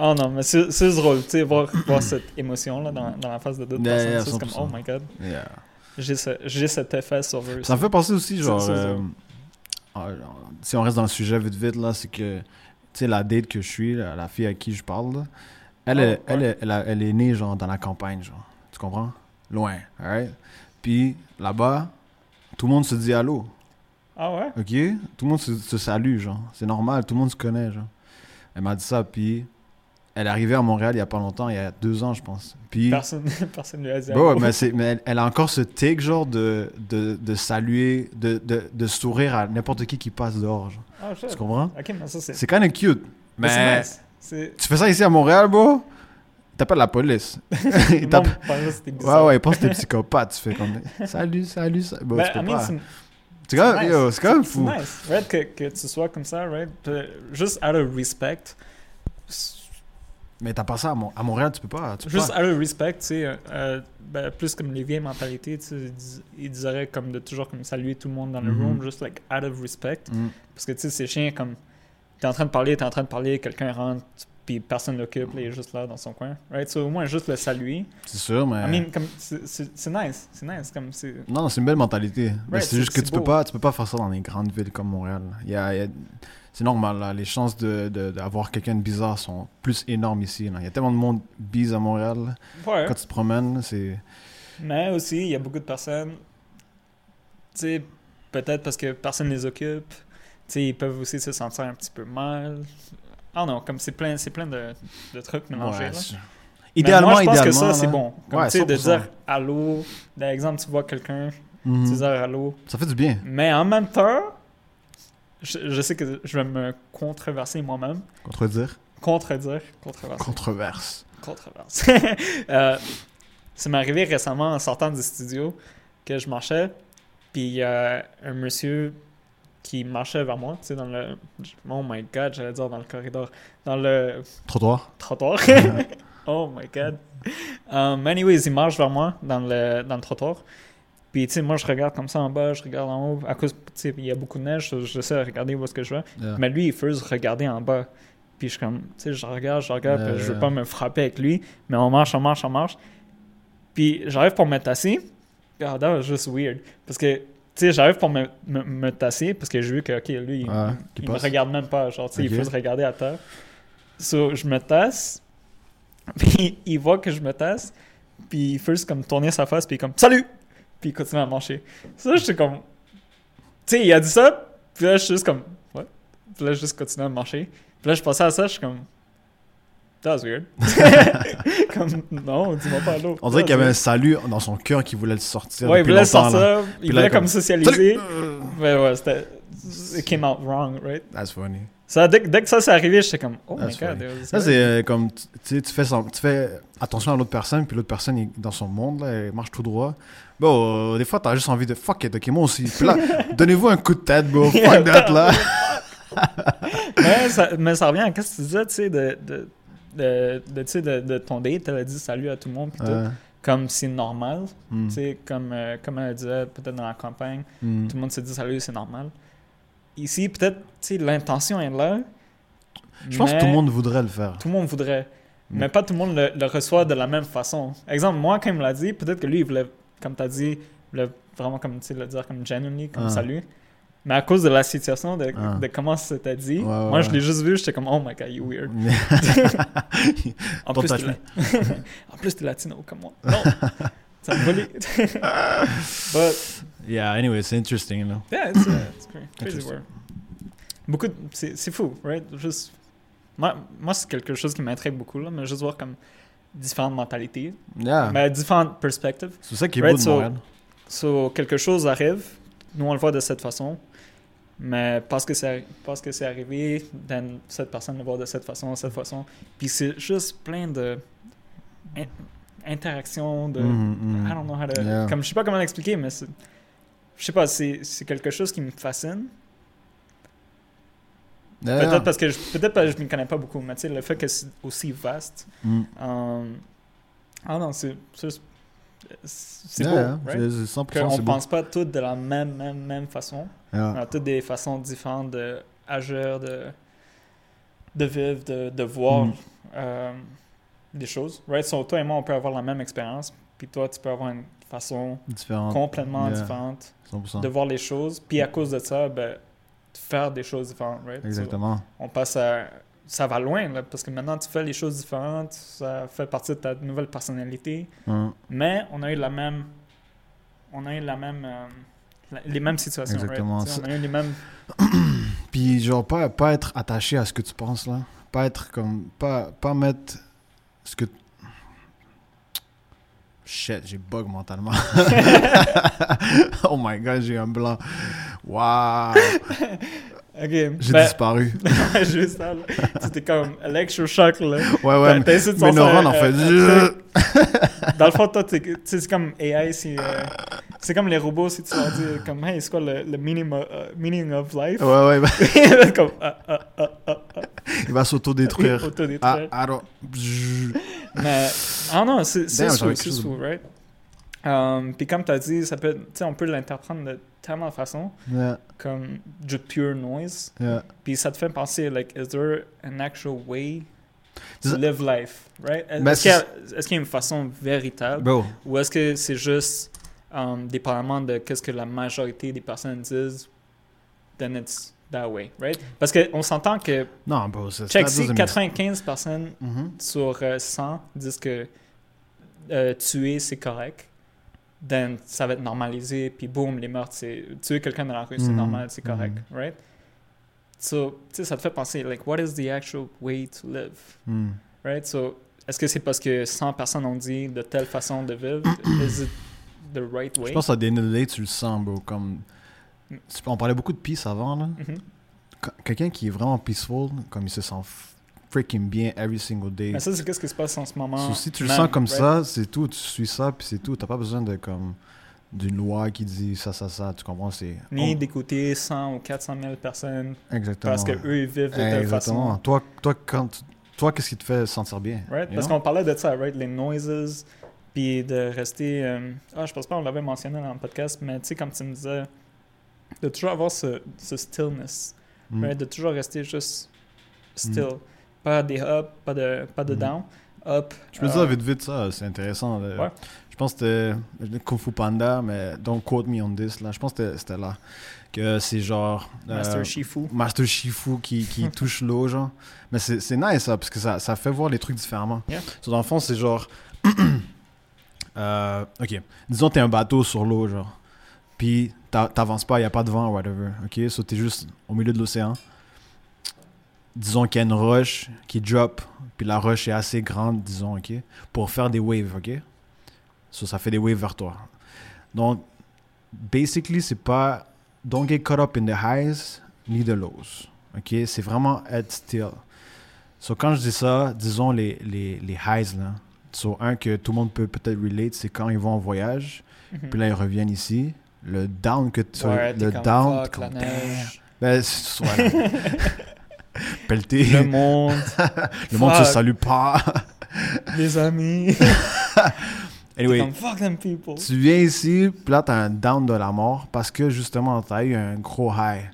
Speaker 2: Ah non, mais c'est c'est juste drôle, tu sais, voir, voir cette émotion-là dans, dans la face de d'autres
Speaker 1: Yeah,
Speaker 2: personnes.
Speaker 1: yeah,
Speaker 2: c'est juste comme,
Speaker 1: 100%.
Speaker 2: oh my god,
Speaker 1: Yeah.
Speaker 2: j'ai ce, j'ai cet effet sur eux.
Speaker 1: Ça me fait penser aussi,
Speaker 2: C'est-
Speaker 1: genre.
Speaker 2: c'est
Speaker 1: euh, euh, si on reste dans le sujet vite, vite, là, c'est que. Tu sais, la date que je suis, la, la fille à qui je parle, là, elle,
Speaker 2: Ah,
Speaker 1: est,
Speaker 2: ouais.
Speaker 1: elle, est- elle a- elle est née, genre, dans la campagne, genre. Tu comprends? Loin, alright? Puis, là-bas, tout le monde se dit allô.
Speaker 2: Ah ouais?
Speaker 1: Ok, tout le monde se, se salue, genre. C'est normal, tout le monde se connaît, genre. Elle m'a dit ça, puis elle est arrivée à Montréal il y a pas longtemps, il y a deux ans, je pense. Puis,
Speaker 2: Personne, personne lui a dit.
Speaker 1: Bro,
Speaker 2: un mot.
Speaker 1: Bah mais, c'est- mais elle, elle a encore ce tic, genre, de, de, de saluer, de, de, de sourire à n'importe qui qui passe dehors, genre.
Speaker 2: Ah, shit.
Speaker 1: Tu comprends?
Speaker 2: Ok, mais ça, c'est.
Speaker 1: C'est quand même cute.
Speaker 2: Mais c'est
Speaker 1: Mais
Speaker 2: nice. C'est.
Speaker 1: tu fais ça ici à Montréal, bro? T'appelles la police.
Speaker 2: le
Speaker 1: Ils
Speaker 2: monde
Speaker 1: t'appellent-
Speaker 2: pense que c'était
Speaker 1: Ouais,
Speaker 2: bizarre.
Speaker 1: ouais, ils pensent que t'es psychopathe. Tu fais comme. Salut, salut, salut. Bro,
Speaker 2: Ben,
Speaker 1: tu peux
Speaker 2: I mean,
Speaker 1: pas.
Speaker 2: c'est-
Speaker 1: C'est quand
Speaker 2: c'est
Speaker 1: même,
Speaker 2: nice.
Speaker 1: yo, c'est quand même fou.
Speaker 2: C'est nice, right, que, que tu sois comme ça, right? Puis, Juste out of respect. s-
Speaker 1: Mais t'as pas ça à, Mon- à Montréal, tu peux pas. Tu peux
Speaker 2: Juste
Speaker 1: pas.
Speaker 2: out of respect, tu sais, euh, ben, plus comme les vieilles mentalités, tu sais, ils dis- ils diraient comme de toujours comme saluer tout le monde dans le
Speaker 1: Mhm.
Speaker 2: room, juste like out of respect.
Speaker 1: Mm.
Speaker 2: Parce que tu sais, c'est chiant comme t'es en train de parler, t'es en train de parler, quelqu'un rentre, puis personne l'occupe, là, il est juste là dans son coin, right? So, au moins juste le saluer.
Speaker 1: C'est sûr, mais.
Speaker 2: I mean, comme c'est- c'est c'est nice, c'est nice, comme c'est.
Speaker 1: Non, non, c'est une belle mentalité. Mais
Speaker 2: Right,
Speaker 1: c'est juste
Speaker 2: c'est-
Speaker 1: que tu
Speaker 2: c'est
Speaker 1: peux,
Speaker 2: beau.
Speaker 1: pas, tu peux pas faire ça dans les grandes villes comme Montréal. Il y a- il y a- C'est normal, là. les chances d'avoir de, d'avoir quelqu'un de bizarre sont plus énormes ici. là. Il y a tellement de monde bise à Montréal. là.
Speaker 2: Ouais.
Speaker 1: Quand tu te promènes, là, c'est...
Speaker 2: Mais aussi, il y a beaucoup de personnes, tu sais, peut-être parce que personne les occupe, tu sais, ils peuvent aussi se sentir un petit peu mal. Ah non, comme c'est plein, c'est plein de, de trucs mélangés.
Speaker 1: Ouais,
Speaker 2: là.
Speaker 1: c'est-
Speaker 2: Mais
Speaker 1: Idéalement,
Speaker 2: moi, je pense
Speaker 1: idéalement.
Speaker 2: que ça,
Speaker 1: là.
Speaker 2: c'est bon. Comme,
Speaker 1: Ouais,
Speaker 2: tu sais, de
Speaker 1: 100%.
Speaker 2: dire allô, par exemple, tu vois quelqu'un,
Speaker 1: Mhm.
Speaker 2: tu dis allô.
Speaker 1: Ça fait du bien.
Speaker 2: Mais en même temps, je, je sais que je vais me controverser moi-même.
Speaker 1: Contredire.
Speaker 2: Contredire, controverser.
Speaker 1: Controverse.
Speaker 2: Controverse. Euh, ça m'est arrivé récemment en sortant du studio que je marchais, puis il y a un monsieur qui marchait vers moi, tu sais, dans le. Oh my god, j'allais dire dans le corridor. Dans le
Speaker 1: Trottoir.
Speaker 2: trottoir. oh my god. Um, anyways, il marche vers moi dans le, dans le trottoir. Puis, tu sais, moi, je regarde comme ça en bas, je regarde en haut. À cause, tu sais, il y a beaucoup de neige, je- j'essaie de regarder où est-ce que je vais.
Speaker 1: Yeah.
Speaker 2: Mais lui, il fait juste regarder en bas. Puis je suis comme, tu sais, je regarde, je regarde,
Speaker 1: Ouais,
Speaker 2: puis je veux
Speaker 1: ouais.
Speaker 2: pas me frapper avec lui. Mais on marche, on marche, on marche. Puis j'arrive pour me tasser. Ah, that was just weird. Parce que, tu sais, j'arrive pour me, me, me tasser parce que j'ai vu que, OK, lui,
Speaker 1: Ouais,
Speaker 2: il, il
Speaker 1: qui
Speaker 2: me
Speaker 1: passe.
Speaker 2: regarde même pas. Genre, tu sais, il
Speaker 1: Ok.
Speaker 2: faut se regarder à terre. So, je me tasse. Puis il voit que je me tasse. Puis il fait juste comme tourner sa face, puis il est comme, salut! Puis il continue à marcher. Ça, j'étais comme, tu sais, il a dit ça, puis là, je suis juste comme, ouais. Puis là, je juste continue à marcher. Puis là, je pensais à ça, je suis comme, That was weird. Comme, non, dis-moi pas l'eau.
Speaker 1: On dirait
Speaker 2: That
Speaker 1: qu'il y avait
Speaker 2: was
Speaker 1: un
Speaker 2: weird.
Speaker 1: salut dans son cœur qui voulait le sortir.
Speaker 2: Ouais, il
Speaker 1: depuis
Speaker 2: voulait
Speaker 1: longtemps,
Speaker 2: sortir,
Speaker 1: là.
Speaker 2: il
Speaker 1: Puis là,
Speaker 2: voulait
Speaker 1: comme-
Speaker 2: comme
Speaker 1: Salut!
Speaker 2: socialiser.
Speaker 1: Euh,
Speaker 2: Ouais, ouais, c'était. It came out wrong, right?
Speaker 1: That's funny.
Speaker 2: Ça, dès, que- dès que ça s'est arrivé, j'étais comme, oh my
Speaker 1: That's
Speaker 2: god.
Speaker 1: funny.
Speaker 2: there was-
Speaker 1: Ça, Ah, c'est euh, comme, tu tu sais, tu fais, sem- tu fais attention à l'autre personne, puis l'autre personne est dans son monde, là, elle marche tout droit. Bon, euh, des fois, t'as juste envie de fuck it, ok, moi aussi. Puis là, donnez-vous un coup de tête, bro, fuck that, là. Ah,
Speaker 2: mais, ça, mais ça revient à qu'est-ce que tu disais, tu sais, de, de, de, de, tu sais, de, de ton date, elle a dit salut à tout le monde, puis tout.
Speaker 1: Euh,
Speaker 2: Comme c'est normal,
Speaker 1: hmm,
Speaker 2: tu sais, comme, euh, comme elle disait peut-être dans la campagne,
Speaker 1: hmm.
Speaker 2: tout le monde se dit salut, c'est normal. Ici, peut-être, tu sais, l'intention est là.
Speaker 1: Je pense que
Speaker 2: mais
Speaker 1: tout le monde voudrait le faire.
Speaker 2: Tout le monde voudrait.
Speaker 1: Mm.
Speaker 2: Mais pas tout le monde le, le reçoit de la même façon. Exemple, moi, quand il me l'a dit, peut-être que lui, il voulait, comme t'as dit, il voulait vraiment, comme tu sais, le dire comme genuinely, comme
Speaker 1: Ah.
Speaker 2: salut. Mais à cause de la situation, de,
Speaker 1: Ah.
Speaker 2: de comment c'était dit,
Speaker 1: Ouais, ouais,
Speaker 2: moi, je
Speaker 1: ouais. Mm.
Speaker 2: l'ai juste vu, j'étais comme, oh my god, you weird. En
Speaker 1: Don't
Speaker 2: plus,
Speaker 1: touch
Speaker 2: t'es la- en plus, t'es latino comme moi. Non! Ça me volait. But,
Speaker 1: yeah, anyway, c'est interesting, là.
Speaker 2: yeah, it's, uh, it's cra- crazy
Speaker 1: Interesting.
Speaker 2: world. Beaucoup de- C'est c'est fou, right? Juste... Moi, moi c'est quelque chose qui m'intrigue beaucoup, là, mais juste voir comme différentes mentalités,
Speaker 1: Yeah.
Speaker 2: mais différentes perspectives.
Speaker 1: C'est ça qui est
Speaker 2: Right,
Speaker 1: beau de
Speaker 2: so-
Speaker 1: Montréal.
Speaker 2: So, quelque chose arrive, nous on le voit de cette façon, mais parce que c'est, parce que c'est arrivé, then cette personne le voit de cette façon, cette façon. Puis c'est juste plein de in- interactions, de...
Speaker 1: Mhm, mhm.
Speaker 2: I don't know how to...
Speaker 1: Yeah.
Speaker 2: Comme, je sais pas comment l'expliquer, mais c'est... Je sais pas, c'est, c'est quelque chose qui me fascine.
Speaker 1: Yeah,
Speaker 2: Peut-être
Speaker 1: yeah.
Speaker 2: parce que je, peut-être parce que je m'y connais pas beaucoup, mais tu sais, le fait que c'est aussi vaste.
Speaker 1: Mm.
Speaker 2: euh, ah non, c'est, c'est, c'est
Speaker 1: Yeah,
Speaker 2: beau,
Speaker 1: yeah.
Speaker 2: right?
Speaker 1: C'est- c'est 100%,
Speaker 2: qu'on
Speaker 1: c'est beau.
Speaker 2: pense pas toutes de la même, même, même façon.
Speaker 1: Yeah.
Speaker 2: On a toutes des façons différentes de agir, de, de vivre, de, de voir
Speaker 1: Mhm.
Speaker 2: euh, des choses. Right? So, toi et moi, on peut avoir la même expérience, puis toi, tu peux avoir une façon
Speaker 1: Différent.
Speaker 2: complètement
Speaker 1: yeah. Ah.
Speaker 2: différente
Speaker 1: 100%.
Speaker 2: de voir les choses, puis à cause de ça, ben, faire des choses différentes. Right? So,
Speaker 1: Exactement.
Speaker 2: on passe à. Ça va loin, là, parce que maintenant, tu fais les choses différentes, ça fait partie de ta nouvelle personnalité.
Speaker 1: Hein,
Speaker 2: Mais on a eu la même. On a eu la même. euh, la- les mêmes situations. right?
Speaker 1: Exactement.
Speaker 2: Tu sais, On a eu les mêmes.
Speaker 1: Puis genre pas, pas être attaché à ce que tu penses là, pas être comme pas pas mettre ce que Shit, j'ai bug mentalement. oh my god, j'ai un blanc. Waouh,
Speaker 2: Ok.
Speaker 1: j'ai
Speaker 2: ben,
Speaker 1: disparu.
Speaker 2: je veux ça, là. C'était comme électrochoc, là.
Speaker 1: Ouais
Speaker 2: T'as-
Speaker 1: ouais,
Speaker 2: t'as essayé de
Speaker 1: mes
Speaker 2: sortir
Speaker 1: neurones
Speaker 2: un-
Speaker 1: en fait.
Speaker 2: un Dans le fond, toi, t'es- tu sais, c'est comme AI, c'est. euh, c'est comme les robots, si tu leur dis, comme, hey, c'est quoi le, le meaning, of, euh, meaning of life?
Speaker 1: Ouais ouais, bah,
Speaker 2: comme, ah, ah, ah, ah, ah.
Speaker 1: il va s'autodétruire. Ah,
Speaker 2: Autodétruire.
Speaker 1: ah non. Bzzz.
Speaker 2: Mais, ah non, c'est c'est
Speaker 1: Damn,
Speaker 2: fou,
Speaker 1: j'aurais
Speaker 2: c'est
Speaker 1: quelque chose de-
Speaker 2: fou, right? Um, Puis comme t'as dit, ça peut, être- tu sais, on peut l'interprète de tellement de façons,
Speaker 1: Yeah,
Speaker 2: comme du pure noise.
Speaker 1: yeah.
Speaker 2: Puis ça te fait penser, like, is there an actual way
Speaker 1: C'est
Speaker 2: to
Speaker 1: ça-
Speaker 2: live life, right?
Speaker 1: Mais
Speaker 2: Est-ce qu'il y, a- est-ce qu'il y a une façon véritable
Speaker 1: Bro,
Speaker 2: ou est-ce que c'est juste, um, dépendamment de qu'est-ce que la majorité des personnes disent, then it's that way, right? Parce qu'on s'entend que,
Speaker 1: non bro, c'est
Speaker 2: check,
Speaker 1: that
Speaker 2: si
Speaker 1: doesn't make-
Speaker 2: 95 personnes
Speaker 1: Mhm.
Speaker 2: sur euh, 100 disent que euh, tuer, c'est correct, then ça va être normalisé, puis boum, les meurtres, c'est... Tuer quelqu'un dans la rue, c'est
Speaker 1: Mhm,
Speaker 2: normal, c'est correct, right? So, tu sais, ça te fait penser, like, what is the actual way to live,
Speaker 1: Mm.
Speaker 2: right? So, est-ce que c'est parce que 100 personnes ont dit de telle façon de vivre? is it the right way?
Speaker 1: Je pense à the end of the day, tu le sens, bro. Comme... tu- On parlait beaucoup de peace avant, là.
Speaker 2: Mhm.
Speaker 1: Qu- Quelqu'un qui est vraiment peaceful, comme il se sent f- freaking bien every single day.
Speaker 2: Mais ça, c'est qu'est-ce qui se passe en ce moment.
Speaker 1: So, si tu le
Speaker 2: même,
Speaker 1: sens comme
Speaker 2: right?
Speaker 1: ça, c'est tout. Tu suis ça, puis c'est tout. T'as pas besoin de comme d'une loi qui dit ça, ça, ça. Tu comprends? C'est
Speaker 2: Ni d'écouter 100 ou 400 000 personnes
Speaker 1: Oh, exactement.
Speaker 2: parce que eux ils vivent de telle
Speaker 1: exactement.
Speaker 2: façon.
Speaker 1: Toi, toi, quand tu- toi, qu'est-ce qui te fait sentir bien?
Speaker 2: Right?
Speaker 1: you
Speaker 2: Parce
Speaker 1: know?
Speaker 2: qu'on parlait de ça, right? Les noises, puis de rester. euh, ah, je pense pas qu'on l'avait mentionné dans le podcast, mais tu sais, comme tu me disais, de toujours avoir ce, ce stillness,
Speaker 1: Mm.
Speaker 2: right? De toujours rester juste
Speaker 1: Mm.
Speaker 2: still. Pas des up, pas de, pas de
Speaker 1: Mm.
Speaker 2: down. Up.
Speaker 1: Je peux
Speaker 2: euh,
Speaker 1: dire vite, vite ça, c'est intéressant. là.
Speaker 2: Ouais.
Speaker 1: Je pense que c'était Kung Fu Panda, mais don't quote me on this. Là. Je pense que c'était- c'était là. Que c'est genre. euh,
Speaker 2: Master Shifu.
Speaker 1: Master Shifu qui, qui touche l'eau, genre. Mais c'est c'est nice, ça, parce que ça, ça fait voir les trucs différemment.
Speaker 2: Yeah.
Speaker 1: So, dans le fond, c'est genre. euh, ok. Disons, t'es un bateau sur l'eau, genre. Puis, t'a- t'avances pas, y a pas de vent, whatever. Ok, so t'es juste au milieu de l'océan. disons qu'il y a une roche qui drop, puis la roche est assez grande, disons, OK, pour faire des waves, OK? So, ça fait des waves vers toi. Donc, basically, c'est pas don't get caught up in the highs ni the lows, OK? C'est vraiment être still. So, quand je dis ça, disons les, les, les highs, là. So, un que tout le monde peut peut-être relate, c'est quand ils vont en voyage,
Speaker 2: Mhm.
Speaker 1: puis là, ils reviennent ici. Le down que tu...
Speaker 2: Ouais, t'es
Speaker 1: le
Speaker 2: comme,
Speaker 1: down...
Speaker 2: fuck,
Speaker 1: t'es
Speaker 2: la
Speaker 1: comme,
Speaker 2: neige,
Speaker 1: ben, c'est- voilà. Pelleté.
Speaker 2: le monde,
Speaker 1: Le monde se
Speaker 2: Fuck.
Speaker 1: salue pas.
Speaker 2: les amis.
Speaker 1: Anyway,
Speaker 2: Comme fuck them people.
Speaker 1: tu viens ici, puis là, t'as un down de la mort parce que justement, t'as eu un gros high.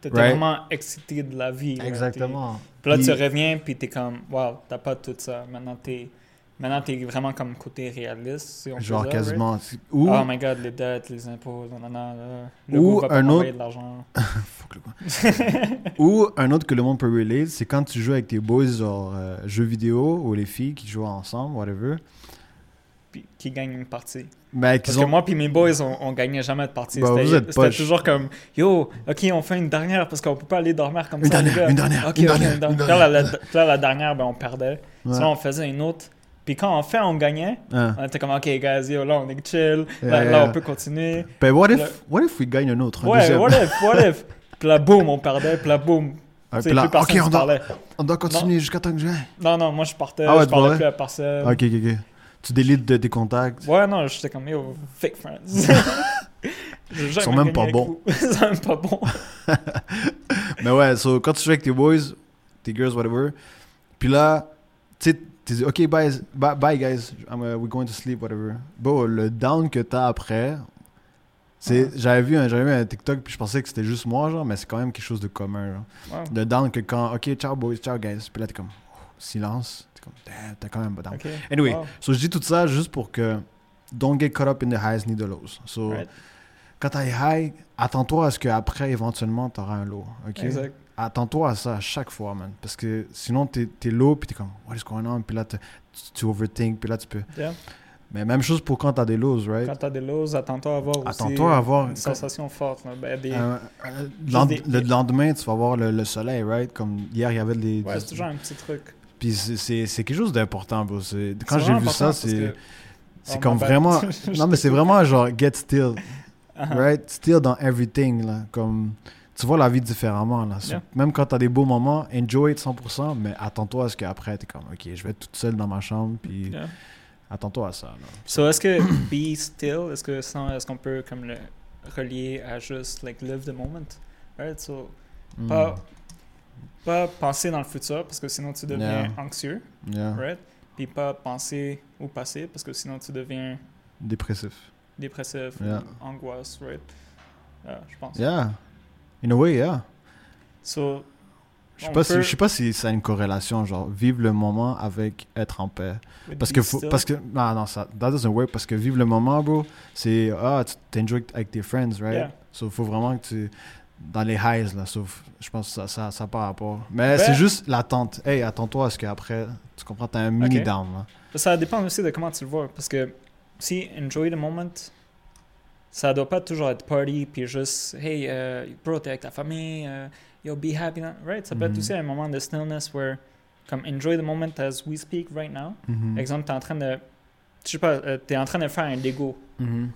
Speaker 2: T'étais
Speaker 1: Right.
Speaker 2: vraiment excité de la vie. là, t'es- Puis là,
Speaker 1: Puis-
Speaker 2: tu reviens, puis t'es comme, wow, t'as pas tout ça. Maintenant, t'es maintenant, t'es vraiment comme côté réaliste. Si on peut
Speaker 1: Genre
Speaker 2: dire, right?
Speaker 1: quasiment. Ou,
Speaker 2: Oh my god, les dettes, les impôts, nanana. là. Le
Speaker 1: Ou
Speaker 2: gars va pas
Speaker 1: un
Speaker 2: m'envoyer de l'argent.
Speaker 1: Fuck le gars. ou un autre que le monde peut relate, c'est quand tu joues avec tes boys, genre euh, jeux vidéo, ou les filles qui jouent ensemble, whatever.
Speaker 2: Puis qui gagne une partie.
Speaker 1: Mais
Speaker 2: Parce
Speaker 1: qu'ils
Speaker 2: que
Speaker 1: ont.
Speaker 2: moi puis mes boys, on, on gagnait jamais de partie.
Speaker 1: Bah, vous
Speaker 2: C'était
Speaker 1: êtes
Speaker 2: c'était
Speaker 1: poche.
Speaker 2: toujours comme, yo, ok, on fait une dernière parce qu'on peut pas aller dormir comme
Speaker 1: Une
Speaker 2: ça. les
Speaker 1: dernière,
Speaker 2: gars.
Speaker 1: une dernière,
Speaker 2: Ok,
Speaker 1: une
Speaker 2: ok,
Speaker 1: dernière,
Speaker 2: une dernière.
Speaker 1: une
Speaker 2: Puis là, la, puis là, la dernière, ben, on perdait.
Speaker 1: Ouais.
Speaker 2: Sinon, on faisait une autre. Puis quand on fait, on gagnait.
Speaker 1: Hein.
Speaker 2: On était comme, ok, guys, yo, là, on est chill.
Speaker 1: Yeah,
Speaker 2: Là, là,
Speaker 1: yeah.
Speaker 2: on peut continuer.
Speaker 1: Ben, what
Speaker 2: Le-
Speaker 1: if, what if we gagne un autre? un
Speaker 2: Ouais,
Speaker 1: deuxième?
Speaker 2: what if, what if. Puis là, boum, on perdait. Puis là, boum.
Speaker 1: Ah, puis
Speaker 2: Tu sais,
Speaker 1: là,
Speaker 2: plus personne
Speaker 1: ok, on
Speaker 2: se
Speaker 1: doit,
Speaker 2: parlait. Euh.
Speaker 1: on doit continuer jusqu'à temps que je gagne.
Speaker 2: Non, non, moi, je partais.
Speaker 1: Ah ouais,
Speaker 2: je
Speaker 1: tu
Speaker 2: parlais
Speaker 1: parlais?
Speaker 2: plus à personne.
Speaker 1: Ok, ok, ok. Tu délites de tes contacts.
Speaker 2: Ouais, non, j'étais comme, yo, fake friends. Ils
Speaker 1: sont même pas bons.
Speaker 2: Ils sont même pas bons.
Speaker 1: Mais ouais, so, quand tu joues avec tes boys, tes girls, whatever, puis là, tu sais, tu dis, OK, bye, bye, bye, guys, I'm, uh, we're going to sleep, whatever. Bro, le down que t'as après, c'est,
Speaker 2: Ouais.
Speaker 1: j'avais vu, un- j'avais vu un TikTok, puis je pensais que c'était juste moi, genre, mais c'est quand même quelque chose de commun, genre.
Speaker 2: Ouais.
Speaker 1: Le down que quand, OK, ciao, boys, ciao, guys, puis là, t'es comme, oh, silence, t'es comme, damn, t'as quand même pas down.
Speaker 2: Ok.
Speaker 1: Anyway,
Speaker 2: Wow.
Speaker 1: so, je dis tout ça juste pour que, don't get caught up in the highs ni the lows. So,
Speaker 2: Right.
Speaker 1: quand t'as les high, attends-toi à ce qu'après, éventuellement, t'auras un low, OK?
Speaker 2: Exact.
Speaker 1: Attends-toi à ça à chaque fois, man. Parce que sinon, t'es es low, puis t'es comme, what is going on? Puis là, t'es- tu, tu overthink, puis là, tu peux.
Speaker 2: Yeah.
Speaker 1: Mais même chose pour quand t'as des lows, right?
Speaker 2: Quand t'as des lows, attends-toi à avoir aussi
Speaker 1: Attends-toi à Ah avoir.
Speaker 2: une sensation forte. là. Ben, des-
Speaker 1: un- un- Euh, lend-
Speaker 2: des-
Speaker 1: le lendemain, tu vas voir le, le soleil, right? Comme hier, il y avait des.
Speaker 2: ouais,
Speaker 1: des-
Speaker 2: c'est toujours un petit truc.
Speaker 1: Puis c'est- c'est c'est quelque chose d'important, bro. C'est- Quand
Speaker 2: C'est
Speaker 1: j'ai
Speaker 2: vraiment
Speaker 1: vu
Speaker 2: important
Speaker 1: ça,
Speaker 2: parce
Speaker 1: c'est
Speaker 2: que-
Speaker 1: c'est
Speaker 2: Oh,
Speaker 1: comme
Speaker 2: my bad.
Speaker 1: vraiment.
Speaker 2: Je
Speaker 1: non, mais c'est
Speaker 2: t'ai-
Speaker 1: vraiment genre get still,
Speaker 2: Ah, ah.
Speaker 1: right? Still dans everything, là. Comme. Tu vois la vie différemment, là. So,
Speaker 2: Yeah.
Speaker 1: Même quand t'as des beaux moments, enjoy it 100%, mais attends-toi à ce qu'après, t'es comme, OK, je vais être toute seule dans ma chambre, puis
Speaker 2: Yeah.
Speaker 1: attends-toi à ça, là.
Speaker 2: So, est-ce que be still, est-ce que sans- est-ce qu'on peut comme le relier à juste like live the moment, right? So,
Speaker 1: Mm.
Speaker 2: pas pas penser dans le futur parce que sinon tu deviens
Speaker 1: Yeah.
Speaker 2: anxieux,
Speaker 1: Yeah.
Speaker 2: right? Puis pas penser au passé parce que sinon tu deviens
Speaker 1: Dépressif.
Speaker 2: dépressif,
Speaker 1: Yeah.
Speaker 2: angoisse, right? Euh, je pense.
Speaker 1: Yeah. In a way, yeah.
Speaker 2: So,
Speaker 1: Je sais
Speaker 2: On
Speaker 1: pas, si,
Speaker 2: peut-
Speaker 1: je sais pas si ça a une corrélation, genre vivre le moment avec être en paix.
Speaker 2: with
Speaker 1: Parce
Speaker 2: be
Speaker 1: que, faut-
Speaker 2: still-
Speaker 1: parce que, non, non, ça, that doesn't work. Parce que vivre le moment, bro, c'est, ah, tu t'enjoy avec tes friends, right?
Speaker 2: Yeah.
Speaker 1: So, faut vraiment que tu, dans les highs, là, sauf, je pense que ça, ça, ça a pas rapport. Mais
Speaker 2: Ben-
Speaker 1: c'est juste l'attente. Hey, attends-toi à ce qu'après, tu comprends, t'as un mini
Speaker 2: Ok.
Speaker 1: down, là.
Speaker 2: Ça dépend aussi de comment tu le vois. Parce que si enjoy the moment, ça doit pas toujours être party, puis juste, hey, euh, bro, t'es avec ta famille, euh, yo, be happy, now. right? Ça peut être
Speaker 1: Mhm.
Speaker 2: aussi un moment de stillness where, comme, enjoy the moment as we speak right now.
Speaker 1: Mhm.
Speaker 2: Exemple, t'es en train de, je sais pas, euh, t'es en train de faire un Lego.
Speaker 1: Mhm.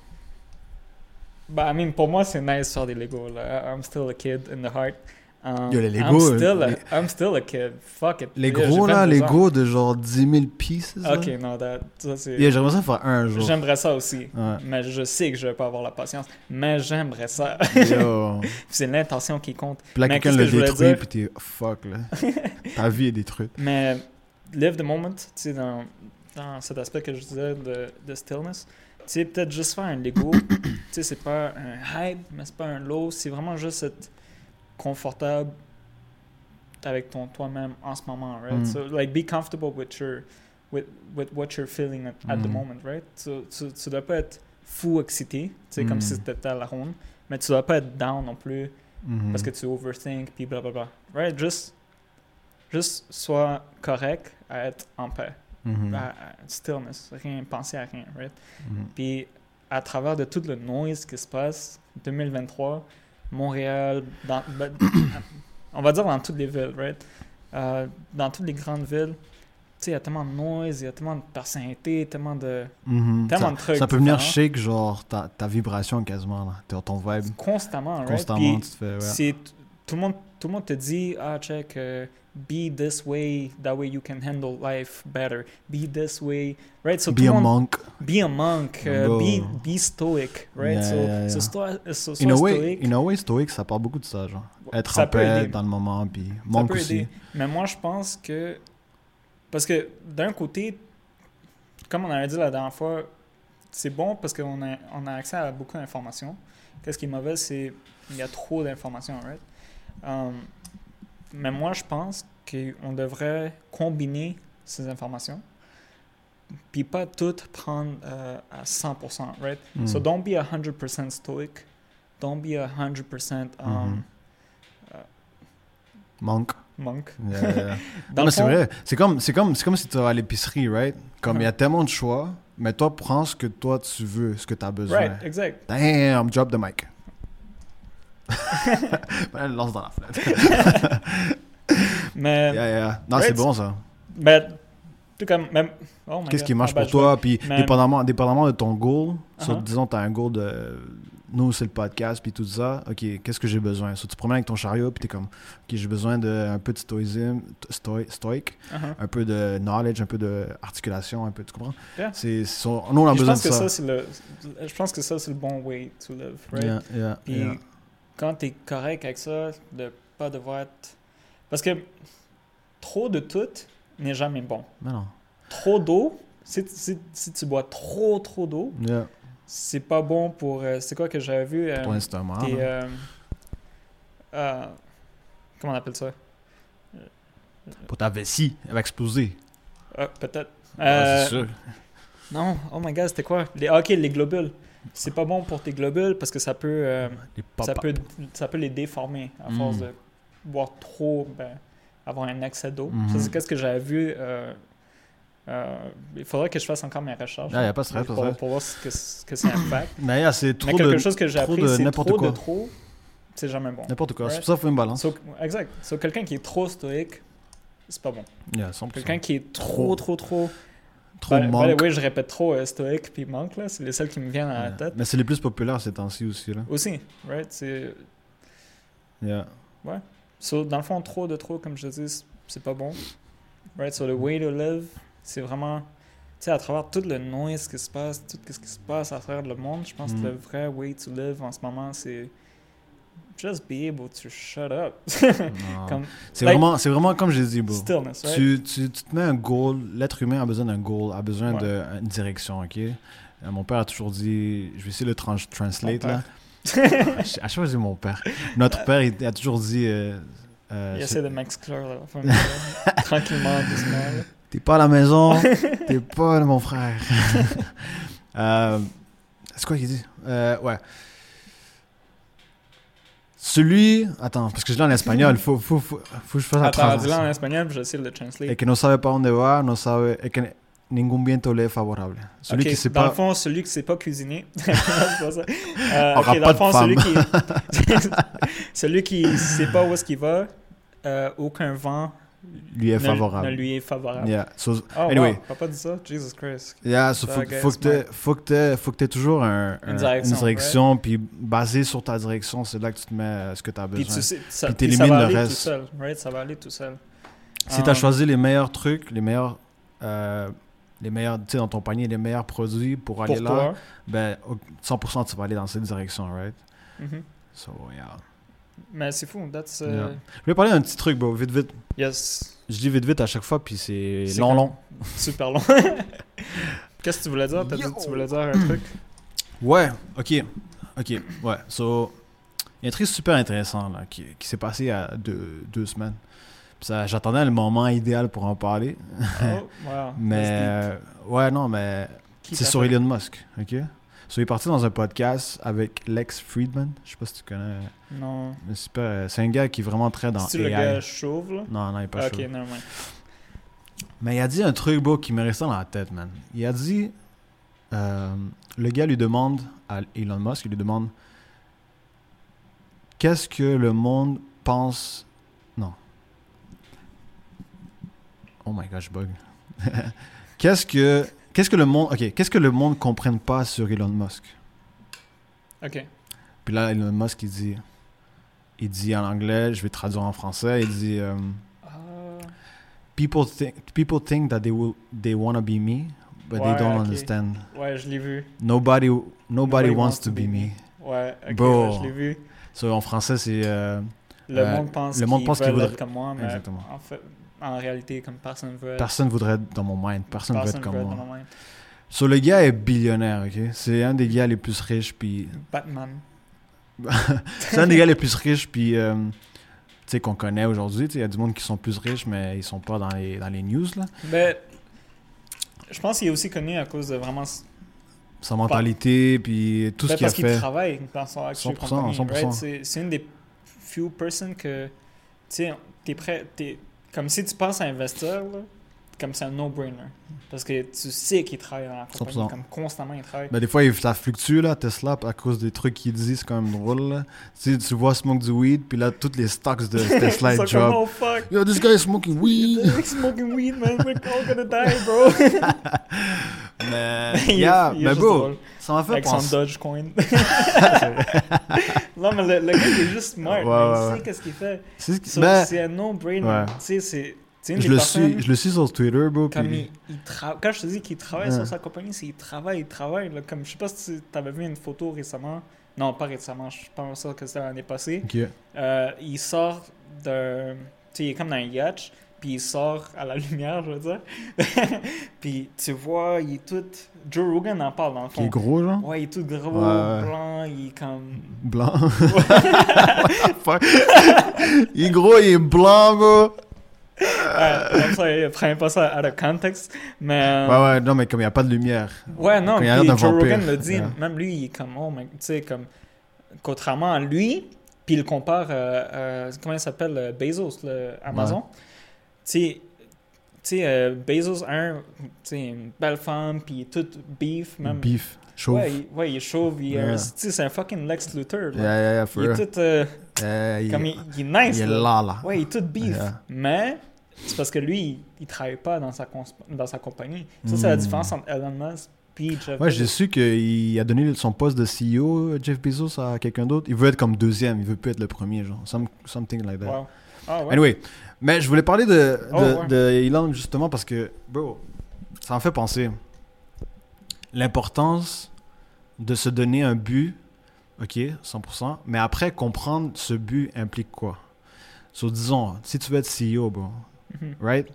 Speaker 2: Bah, I mean, pour moi, c'est nice de faire des Lego. Là. I'm still a kid in the heart. Um,
Speaker 1: Yo, les Lego,
Speaker 2: I'm still, a,
Speaker 1: les-
Speaker 2: I'm still a kid. Fuck it.
Speaker 1: Les
Speaker 2: Yeah, j'ai
Speaker 1: gros, là,
Speaker 2: 22
Speaker 1: les
Speaker 2: ans.
Speaker 1: gros de genre 10 000 pieces, là.
Speaker 2: Ok, non, that- ça c'est.
Speaker 1: Yeah, J'aimerais ça faire un jour.
Speaker 2: J'aimerais ça aussi.
Speaker 1: Ouais.
Speaker 2: Mais je sais que je vais pas avoir la patience. Mais j'aimerais ça.
Speaker 1: Yo.
Speaker 2: c'est l'intention qui compte.
Speaker 1: Puis là,
Speaker 2: Mais
Speaker 1: quelqu'un
Speaker 2: qu'est-ce
Speaker 1: le
Speaker 2: que je voulais
Speaker 1: détruit,
Speaker 2: dire?
Speaker 1: puis t'es fuck, là. Ta vie est détruite.
Speaker 2: Mais live the moment, tu sais, dans, dans cet aspect que je disais de, de stillness, tu sais, peut-être juste faire un Lego. tu sais, c'est pas un hype, mais c'est pas un low. C'est vraiment juste être confortable avec ton toi-même en ce moment, right?
Speaker 1: Mm.
Speaker 2: So, like, be comfortable with your. With, with what you're feeling at, at the
Speaker 1: Mm.
Speaker 2: moment, right? So, tu, tu dois pas être fou excité, tu sais, comme
Speaker 1: Mm.
Speaker 2: si c'était à la ronde, mais tu dois pas être down non plus.
Speaker 1: Mhm.
Speaker 2: parce que tu overthink, puis blablabla. Right? Juste, juste sois correct à être en paix,
Speaker 1: Mhm.
Speaker 2: à, à stillness, rien, penser à rien, right?
Speaker 1: Mhm.
Speaker 2: Puis à travers de tout le noise qui se passe, 2023, Montréal, dans, ben, on va dire dans toutes les villes, right? Euh, dans toutes les grandes villes, tu sais, il y a tellement de noise, il y a tellement de personnalité, tellement de.
Speaker 1: Mhm.
Speaker 2: Tellement
Speaker 1: Ça-
Speaker 2: de trucs
Speaker 1: Ça peut venir
Speaker 2: différents.
Speaker 1: shake, genre, ta, ta vibration quasiment, là. Ton, ton vibe,
Speaker 2: constamment, right?
Speaker 1: constamment,
Speaker 2: Puis
Speaker 1: tu te fais, ouais.
Speaker 2: c'est t- tout le monde tout le monde te dit ah check euh, be this way that way you can handle life better be this way right so
Speaker 1: Be
Speaker 2: tout le
Speaker 1: a
Speaker 2: monde-
Speaker 1: monk.
Speaker 2: be a monk euh,
Speaker 1: Bon.
Speaker 2: be be stoic right
Speaker 1: Yeah,
Speaker 2: so
Speaker 1: yeah,
Speaker 2: so
Speaker 1: yeah.
Speaker 2: stoi- so-
Speaker 1: In
Speaker 2: sois
Speaker 1: a, way,
Speaker 2: stoic
Speaker 1: in a way, stoïque, ça parle beaucoup de ça, genre. Être
Speaker 2: ça
Speaker 1: en
Speaker 2: peut
Speaker 1: paix
Speaker 2: aider.
Speaker 1: dans le moment, puis
Speaker 2: ça
Speaker 1: monk
Speaker 2: peut
Speaker 1: aussi.
Speaker 2: aider mais moi je pense que parce que d'un côté comme on avait dit la dernière fois c'est bon parce qu'on a, on a accès à beaucoup d'informations. Qu'est-ce qui est mauvais, c'est il y a trop d'informations, right? Um, mais moi, je pense qu'on devrait combiner ces informations puis pas toutes prendre euh, à 100%, right?
Speaker 1: Mm.
Speaker 2: So don't be 100% stoic. Don't be 100% um,
Speaker 1: Monk.
Speaker 2: monk.
Speaker 1: Yeah, yeah, yeah.
Speaker 2: Dans
Speaker 1: Non,
Speaker 2: le
Speaker 1: mais c'est
Speaker 2: fond,
Speaker 1: vrai. C'est comme, c'est comme, c'est comme si tu vas à l'épicerie, right? Comme il y a
Speaker 2: Ouais.
Speaker 1: tellement de choix, mais toi, prends ce que toi tu veux, ce que tu as besoin.
Speaker 2: Right, exact.
Speaker 1: Damn, drop the mic. Elle lance dans la fenêtre.
Speaker 2: Mais,
Speaker 1: Yeah, yeah. Non,
Speaker 2: Right.
Speaker 1: c'est bon ça.
Speaker 2: mais tout comme, même. oh my
Speaker 1: Qu'est-ce
Speaker 2: God,
Speaker 1: qui marche
Speaker 2: ah, ben,
Speaker 1: pour
Speaker 2: je
Speaker 1: toi? Puis,
Speaker 2: Mais-
Speaker 1: dépendamment, dépendamment de ton goal, soit
Speaker 2: Uh-huh.
Speaker 1: disons, tu as un goal de. Nous, c'est le podcast, puis tout ça. OK, qu'est-ce que j'ai besoin? Soit tu te promènes avec ton chariot, puis tu es comme, OK, j'ai besoin d'un peu de stoïsme, stoi- stoïque,
Speaker 2: vais- Uh-huh.
Speaker 1: un peu de knowledge, un peu d'articulation, un peu, tu comprends?
Speaker 2: Yeah.
Speaker 1: C'est, c'est- nous, on a
Speaker 2: Puis Je
Speaker 1: besoin de
Speaker 2: pense,
Speaker 1: ça.
Speaker 2: que ça, c'est le, je pense que ça, c'est le bon way to live, right?
Speaker 1: Yeah, yeah,
Speaker 2: Puis
Speaker 1: yeah.
Speaker 2: quand t'es correct avec ça, de pas devoir être... Parce que trop de tout n'est jamais bon.
Speaker 1: Mais non.
Speaker 2: Trop d'eau, si, si, si tu bois trop, trop d'eau,
Speaker 1: Yeah.
Speaker 2: c'est pas bon pour... euh, c'est quoi que j'avais vu? euh,
Speaker 1: Ton estomac. hein.
Speaker 2: t'es,
Speaker 1: là.
Speaker 2: euh, euh, comment on appelle ça?
Speaker 1: Pour ta vessie, elle va exploser.
Speaker 2: Ah, Peut-être.
Speaker 1: Ah,
Speaker 2: Euh,
Speaker 1: c'est sûr.
Speaker 2: non, oh my god, c'était quoi? Les, ah, ok, les globules. C'est pas bon pour tes globules parce que ça peut... euh,
Speaker 1: Les pop
Speaker 2: ça peut, ça peut les déformer à force
Speaker 1: Mm.
Speaker 2: de boire trop, ben, avoir un excès d'eau.
Speaker 1: Mhm.
Speaker 2: Ça, c'est qu'est-ce que j'avais vu. euh, euh, il faudrait que je fasse encore mes recherches.
Speaker 1: Ah, y a pas de stress, pas de
Speaker 2: pour,
Speaker 1: stress.
Speaker 2: pour voir ce que, ce que c'est un fact.
Speaker 1: Mais yeah, c'est
Speaker 2: Mais
Speaker 1: trop
Speaker 2: quelque
Speaker 1: de
Speaker 2: chose que j'ai
Speaker 1: trop
Speaker 2: appris,
Speaker 1: de
Speaker 2: c'est
Speaker 1: n'importe
Speaker 2: trop
Speaker 1: quoi.
Speaker 2: de trop, c'est jamais bon.
Speaker 1: n'importe quoi. C'est pour
Speaker 2: Right.
Speaker 1: ça hein. qu'il faut une balance.
Speaker 2: So- exact. So, quelqu'un qui est trop stoïque, c'est pas bon.
Speaker 1: Yeah, 100%.
Speaker 2: Quelqu'un qui est trop, trop, trop...
Speaker 1: trop
Speaker 2: By- by the
Speaker 1: manque.
Speaker 2: way, je répète trop euh, stoïque puis manque, là. C'est les seuls qui me viennent à la
Speaker 1: Yeah.
Speaker 2: tête.
Speaker 1: Mais c'est les plus populaires ces temps-ci aussi. Là.
Speaker 2: Aussi, right? C'est...
Speaker 1: Yeah.
Speaker 2: So, dans le fond, trop de trop, comme je te dis, c'est- c'est pas bon. Right? So, le way to live, c'est vraiment, tu sais, à travers tout le noise qui se passe, tout ce qui se passe à travers le monde, je pense
Speaker 1: Mm.
Speaker 2: que le vrai way to live en ce moment, c'est just be able to shut up.
Speaker 1: Non.
Speaker 2: Comme-
Speaker 1: C'est
Speaker 2: like-
Speaker 1: vraiment, c'est vraiment comme j'ai dit, bro.
Speaker 2: Stillness, right?
Speaker 1: Tu, euh, tu, tu te mets un goal. L'être humain a besoin d'un goal, a besoin
Speaker 2: Ouais.
Speaker 1: d'une direction, ok? Euh, mon père a toujours dit, je vais essayer de le trans- translate
Speaker 2: Ton
Speaker 1: là. à chaque fois, je dis mon père. Notre père, il a toujours dit, euh, euh,
Speaker 2: Il
Speaker 1: c'est-
Speaker 2: essaie de m'exclure, là, enfin, là, tranquillement, doucement. là.
Speaker 1: T'es pas à la maison, t'es pas mon frère. Euh, c'est quoi qu'il dit Euh, Ouais. Celui. Attends, parce que je l'ai en espagnol, faut, faut, faut, faut que je fasse la
Speaker 2: Attends, dis-le
Speaker 1: traduction.
Speaker 2: en espagnol, puis j'essaie de le translate.
Speaker 1: Et que no sabe pas dónde va, no sabe. Et que ningún viento le es favorable. Celui
Speaker 2: Ok,
Speaker 1: qui sait
Speaker 2: dans le
Speaker 1: Ah, pas.
Speaker 2: fond, celui qui ne sait pas cuisiner. C'est pas ça. Euh,
Speaker 1: Aura
Speaker 2: ok,
Speaker 1: pas
Speaker 2: dans le
Speaker 1: de
Speaker 2: fond,
Speaker 1: femme.
Speaker 2: celui qui celui qui sait pas où est-ce qu'il va, euh, aucun vent
Speaker 1: Lui est
Speaker 2: ne-
Speaker 1: favorable.
Speaker 2: ne lui est favorable.
Speaker 1: Yeah. So,
Speaker 2: Oh,
Speaker 1: Anyway.
Speaker 2: wow, t'as pas dit ça? Jesus Christ.
Speaker 1: Yeah, so
Speaker 2: Ça,
Speaker 1: faut,
Speaker 2: ok,
Speaker 1: faut que
Speaker 2: c'est
Speaker 1: t'aies- faut que t'aies- faut que t'aies toujours un- un-
Speaker 2: Une direction,
Speaker 1: puis basé sur ta direction, c'est là que tu te mets euh, ce que tu as besoin.
Speaker 2: Puis tu sais, ça,
Speaker 1: Puis
Speaker 2: puis ça
Speaker 1: t'élimines
Speaker 2: va
Speaker 1: le
Speaker 2: aller
Speaker 1: reste.
Speaker 2: tout seul. Right? Ça va aller tout seul.
Speaker 1: Si t'as
Speaker 2: Um,
Speaker 1: choisi les meilleurs trucs, les meilleurs, euh, les meilleurs, tu sais, dans ton panier, les meilleurs produits pour aller
Speaker 2: pour
Speaker 1: là,
Speaker 2: toi.
Speaker 1: ben, au- 100% tu vas aller dans cette direction, right?
Speaker 2: Mhm.
Speaker 1: So, yeah.
Speaker 2: Mais c'est fou. That's, uh,
Speaker 1: Yeah. Je vais parler d'un petit truc, bro, vite, vite.
Speaker 2: Yes.
Speaker 1: Je dis vite, vite à chaque fois, puis c'est
Speaker 2: C'est
Speaker 1: long,
Speaker 2: comme-
Speaker 1: long.
Speaker 2: Super long. Qu'est-ce que tu voulais dire? T'as dit que tu
Speaker 1: Yo!
Speaker 2: voulais dire un truc?
Speaker 1: Ouais, ok. Ok, ouais. So, il y a un truc super intéressant, là, qui, qui s'est passé il y a deux, deux semaines. Puis ça, j'attendais le moment idéal pour en parler.
Speaker 2: Oh, wow.
Speaker 1: Mais, ouais, non, mais
Speaker 2: Qui
Speaker 1: C'est
Speaker 2: t'a
Speaker 1: sur
Speaker 2: fait-
Speaker 1: Elon Musk, ok? So, il est parti dans un podcast avec Lex Friedman. Je sais pas si tu connais.
Speaker 2: Non.
Speaker 1: mais C'est pas- euh, c'est un gars qui est vraiment très dans
Speaker 2: C'est-tu
Speaker 1: AI.
Speaker 2: le gars chauve, là?
Speaker 1: Non, non, il est pas
Speaker 2: ok,
Speaker 1: chaud.
Speaker 2: nevermind.
Speaker 1: Mais il a dit un truc, beau qui me restait dans la tête, man. Il a dit... euh, le gars lui demande à Elon Musk, il lui demande... Qu'est-ce que le monde pense Oh my gosh, je bug. qu'est-ce que qu'est-ce que le monde OK, qu'est-ce que le monde comprenne pas sur Elon Musk
Speaker 2: Ok.
Speaker 1: Puis là Elon Musk il dit il dit en anglais, je vais traduire en français, il dit euh,
Speaker 2: Ah,
Speaker 1: people think people think that they will they want to be me, but they
Speaker 2: Ouais,
Speaker 1: don't
Speaker 2: ok.
Speaker 1: understand.
Speaker 2: ouais, je l'ai vu.
Speaker 1: Nobody nobody, wants, to be me.
Speaker 2: Ouais, ok,
Speaker 1: Bro.
Speaker 2: ouais, je l'ai vu.
Speaker 1: So, en français c'est euh,
Speaker 2: Le
Speaker 1: Euh,
Speaker 2: monde pense
Speaker 1: le monde
Speaker 2: qu'ils
Speaker 1: pense qu'il
Speaker 2: veulent
Speaker 1: voudrait-
Speaker 2: être comme moi, mais
Speaker 1: Exactement.
Speaker 2: en, fait, en réalité, comme personne veut être,
Speaker 1: personne voudrait être dans mon mind, personne,
Speaker 2: personne
Speaker 1: veut être comme
Speaker 2: veut
Speaker 1: moi.
Speaker 2: dans le monde.
Speaker 1: So le gars est billionnaire, OK C'est un des gars les plus riches puis
Speaker 2: Batman.
Speaker 1: C'est un des gars les plus riches, puis euh, tu sais, qu'on connaît aujourd'hui. Tu sais, Il y a du monde qui sont plus riches, mais ils sont pas dans les, dans les news. Là.
Speaker 2: Ben, je pense qu'il est aussi connu à cause de vraiment
Speaker 1: Sa mentalité, puis tout
Speaker 2: Ben,
Speaker 1: ce qu'il a
Speaker 2: parce qu'il
Speaker 1: fait.
Speaker 2: travaille dans son actual
Speaker 1: 100%,
Speaker 2: company,
Speaker 1: 100%.
Speaker 2: right? C'est- C'est une des few personnes que, tu sais, t'es prêt, t'es, comme si tu penses à investir, là, comme c'est un no-brainer. Parce que tu sais qu'il travaille dans la compagnie,
Speaker 1: 100%.
Speaker 2: comme constamment il travaille.
Speaker 1: Ben, des fois, il- ça fluctue, là, Tesla, à cause des trucs qu'il dit, c'est quand même drôle. Là. Tu sais, tu vois Smoke du weed, puis là, toutes les stocks de Tesla
Speaker 2: Ça,
Speaker 1: ils
Speaker 2: comme,
Speaker 1: drop.
Speaker 2: oh fuck,
Speaker 1: Yo, this guy is smoking weed!
Speaker 2: they're smoking weed, man, we're all gonna die, bro.
Speaker 1: mais,
Speaker 2: Il est-
Speaker 1: yeah,
Speaker 2: il est
Speaker 1: mais
Speaker 2: juste
Speaker 1: bro,
Speaker 2: drôle.
Speaker 1: ça m'a fait
Speaker 2: avec son
Speaker 1: penser.
Speaker 2: Dogecoin. non, mais le, le gars, il est juste smart,
Speaker 1: Ouais,
Speaker 2: man,
Speaker 1: ouais,
Speaker 2: il sait qu'est-ce qu'il fait.
Speaker 1: C'est ce qui-
Speaker 2: So,
Speaker 1: ben,
Speaker 2: c'est un no-brainer.
Speaker 1: ouais.
Speaker 2: Tu sais, c'est c'est une
Speaker 1: je
Speaker 2: des
Speaker 1: le
Speaker 2: personnes...
Speaker 1: suis, je le suis sur Twitter, bro.
Speaker 2: Comme
Speaker 1: puis-
Speaker 2: il, il tra- Quand je te dis qu'il travaille
Speaker 1: Ouais.
Speaker 2: sur sa compagnie, c'est qu'il travaille, il travaille. là. Comme, je sais pas si tu avais vu une photo récemment. Non, pas récemment, je pense que c'était l'année passée.
Speaker 1: Ok.
Speaker 2: Euh, il sort d'un. Tu sais, il est comme dans un yacht, puis il sort à la lumière, je veux dire. puis tu vois, il est tout. Joe Rogan en parle dans le
Speaker 1: Qui est
Speaker 2: fond.
Speaker 1: gros, genre?
Speaker 2: Ouais, il est tout gros,
Speaker 1: Ouais.
Speaker 2: blanc, il est comme.
Speaker 1: Blanc. What the fuck? il est gros, il est blanc, bro.
Speaker 2: Ouais, comme ça, prenez pas ça out of context. Mais. euh,
Speaker 1: Ouais, ouais, non, mais comme il n'y a pas de lumière.
Speaker 2: Ouais, non,
Speaker 1: Quand il y a l'air d'un
Speaker 2: puis Joe Rogan
Speaker 1: vampire.
Speaker 2: le dit,
Speaker 1: Yeah.
Speaker 2: même lui, il est comme, oh, mais tu sais, comme, contrairement à lui, puis il le compare, euh, euh, comment il s'appelle, euh, Bezos, le Amazon, tu sais, tu sais, euh, Bezos, un, tu sais, une belle femme, puis tout beef, même.
Speaker 1: Beef, chauve.
Speaker 2: Ouais, il, ouais, il est chauve, il est un-
Speaker 1: Yeah.
Speaker 2: tu sais, c'est un fucking Lex Luthor,
Speaker 1: Yeah,
Speaker 2: là.
Speaker 1: yeah, yeah, for
Speaker 2: Il
Speaker 1: real.
Speaker 2: est tout, euh,
Speaker 1: Yeah, il,
Speaker 2: comme, il, il est nice,
Speaker 1: il est
Speaker 2: là.
Speaker 1: là, là.
Speaker 2: Ouais, il est tout beef.
Speaker 1: Yeah.
Speaker 2: Mais c'est parce que lui, il, il travaille pas dans sa, cons- dans sa compagnie. Ça, c'est la
Speaker 1: Mm.
Speaker 2: différence entre Elon Musk puis Jeff
Speaker 1: Ouais,
Speaker 2: Bezos.
Speaker 1: j'ai su qu'il a donné son poste de CEO, Jeff Bezos, à quelqu'un d'autre. Il veut être comme deuxième, il veut plus être le premier, genre. Some- something like that.
Speaker 2: Wow. Ah ouais.
Speaker 1: Anyway, mais je voulais parler de, de,
Speaker 2: Oh, ouais.
Speaker 1: de Elon justement parce que, bro, ça en fait penser. L'importance de se donner un but, ok, 100%, mais après, comprendre ce but implique quoi. So, disons, si tu veux être CEO, bro,
Speaker 2: Mhm.
Speaker 1: right?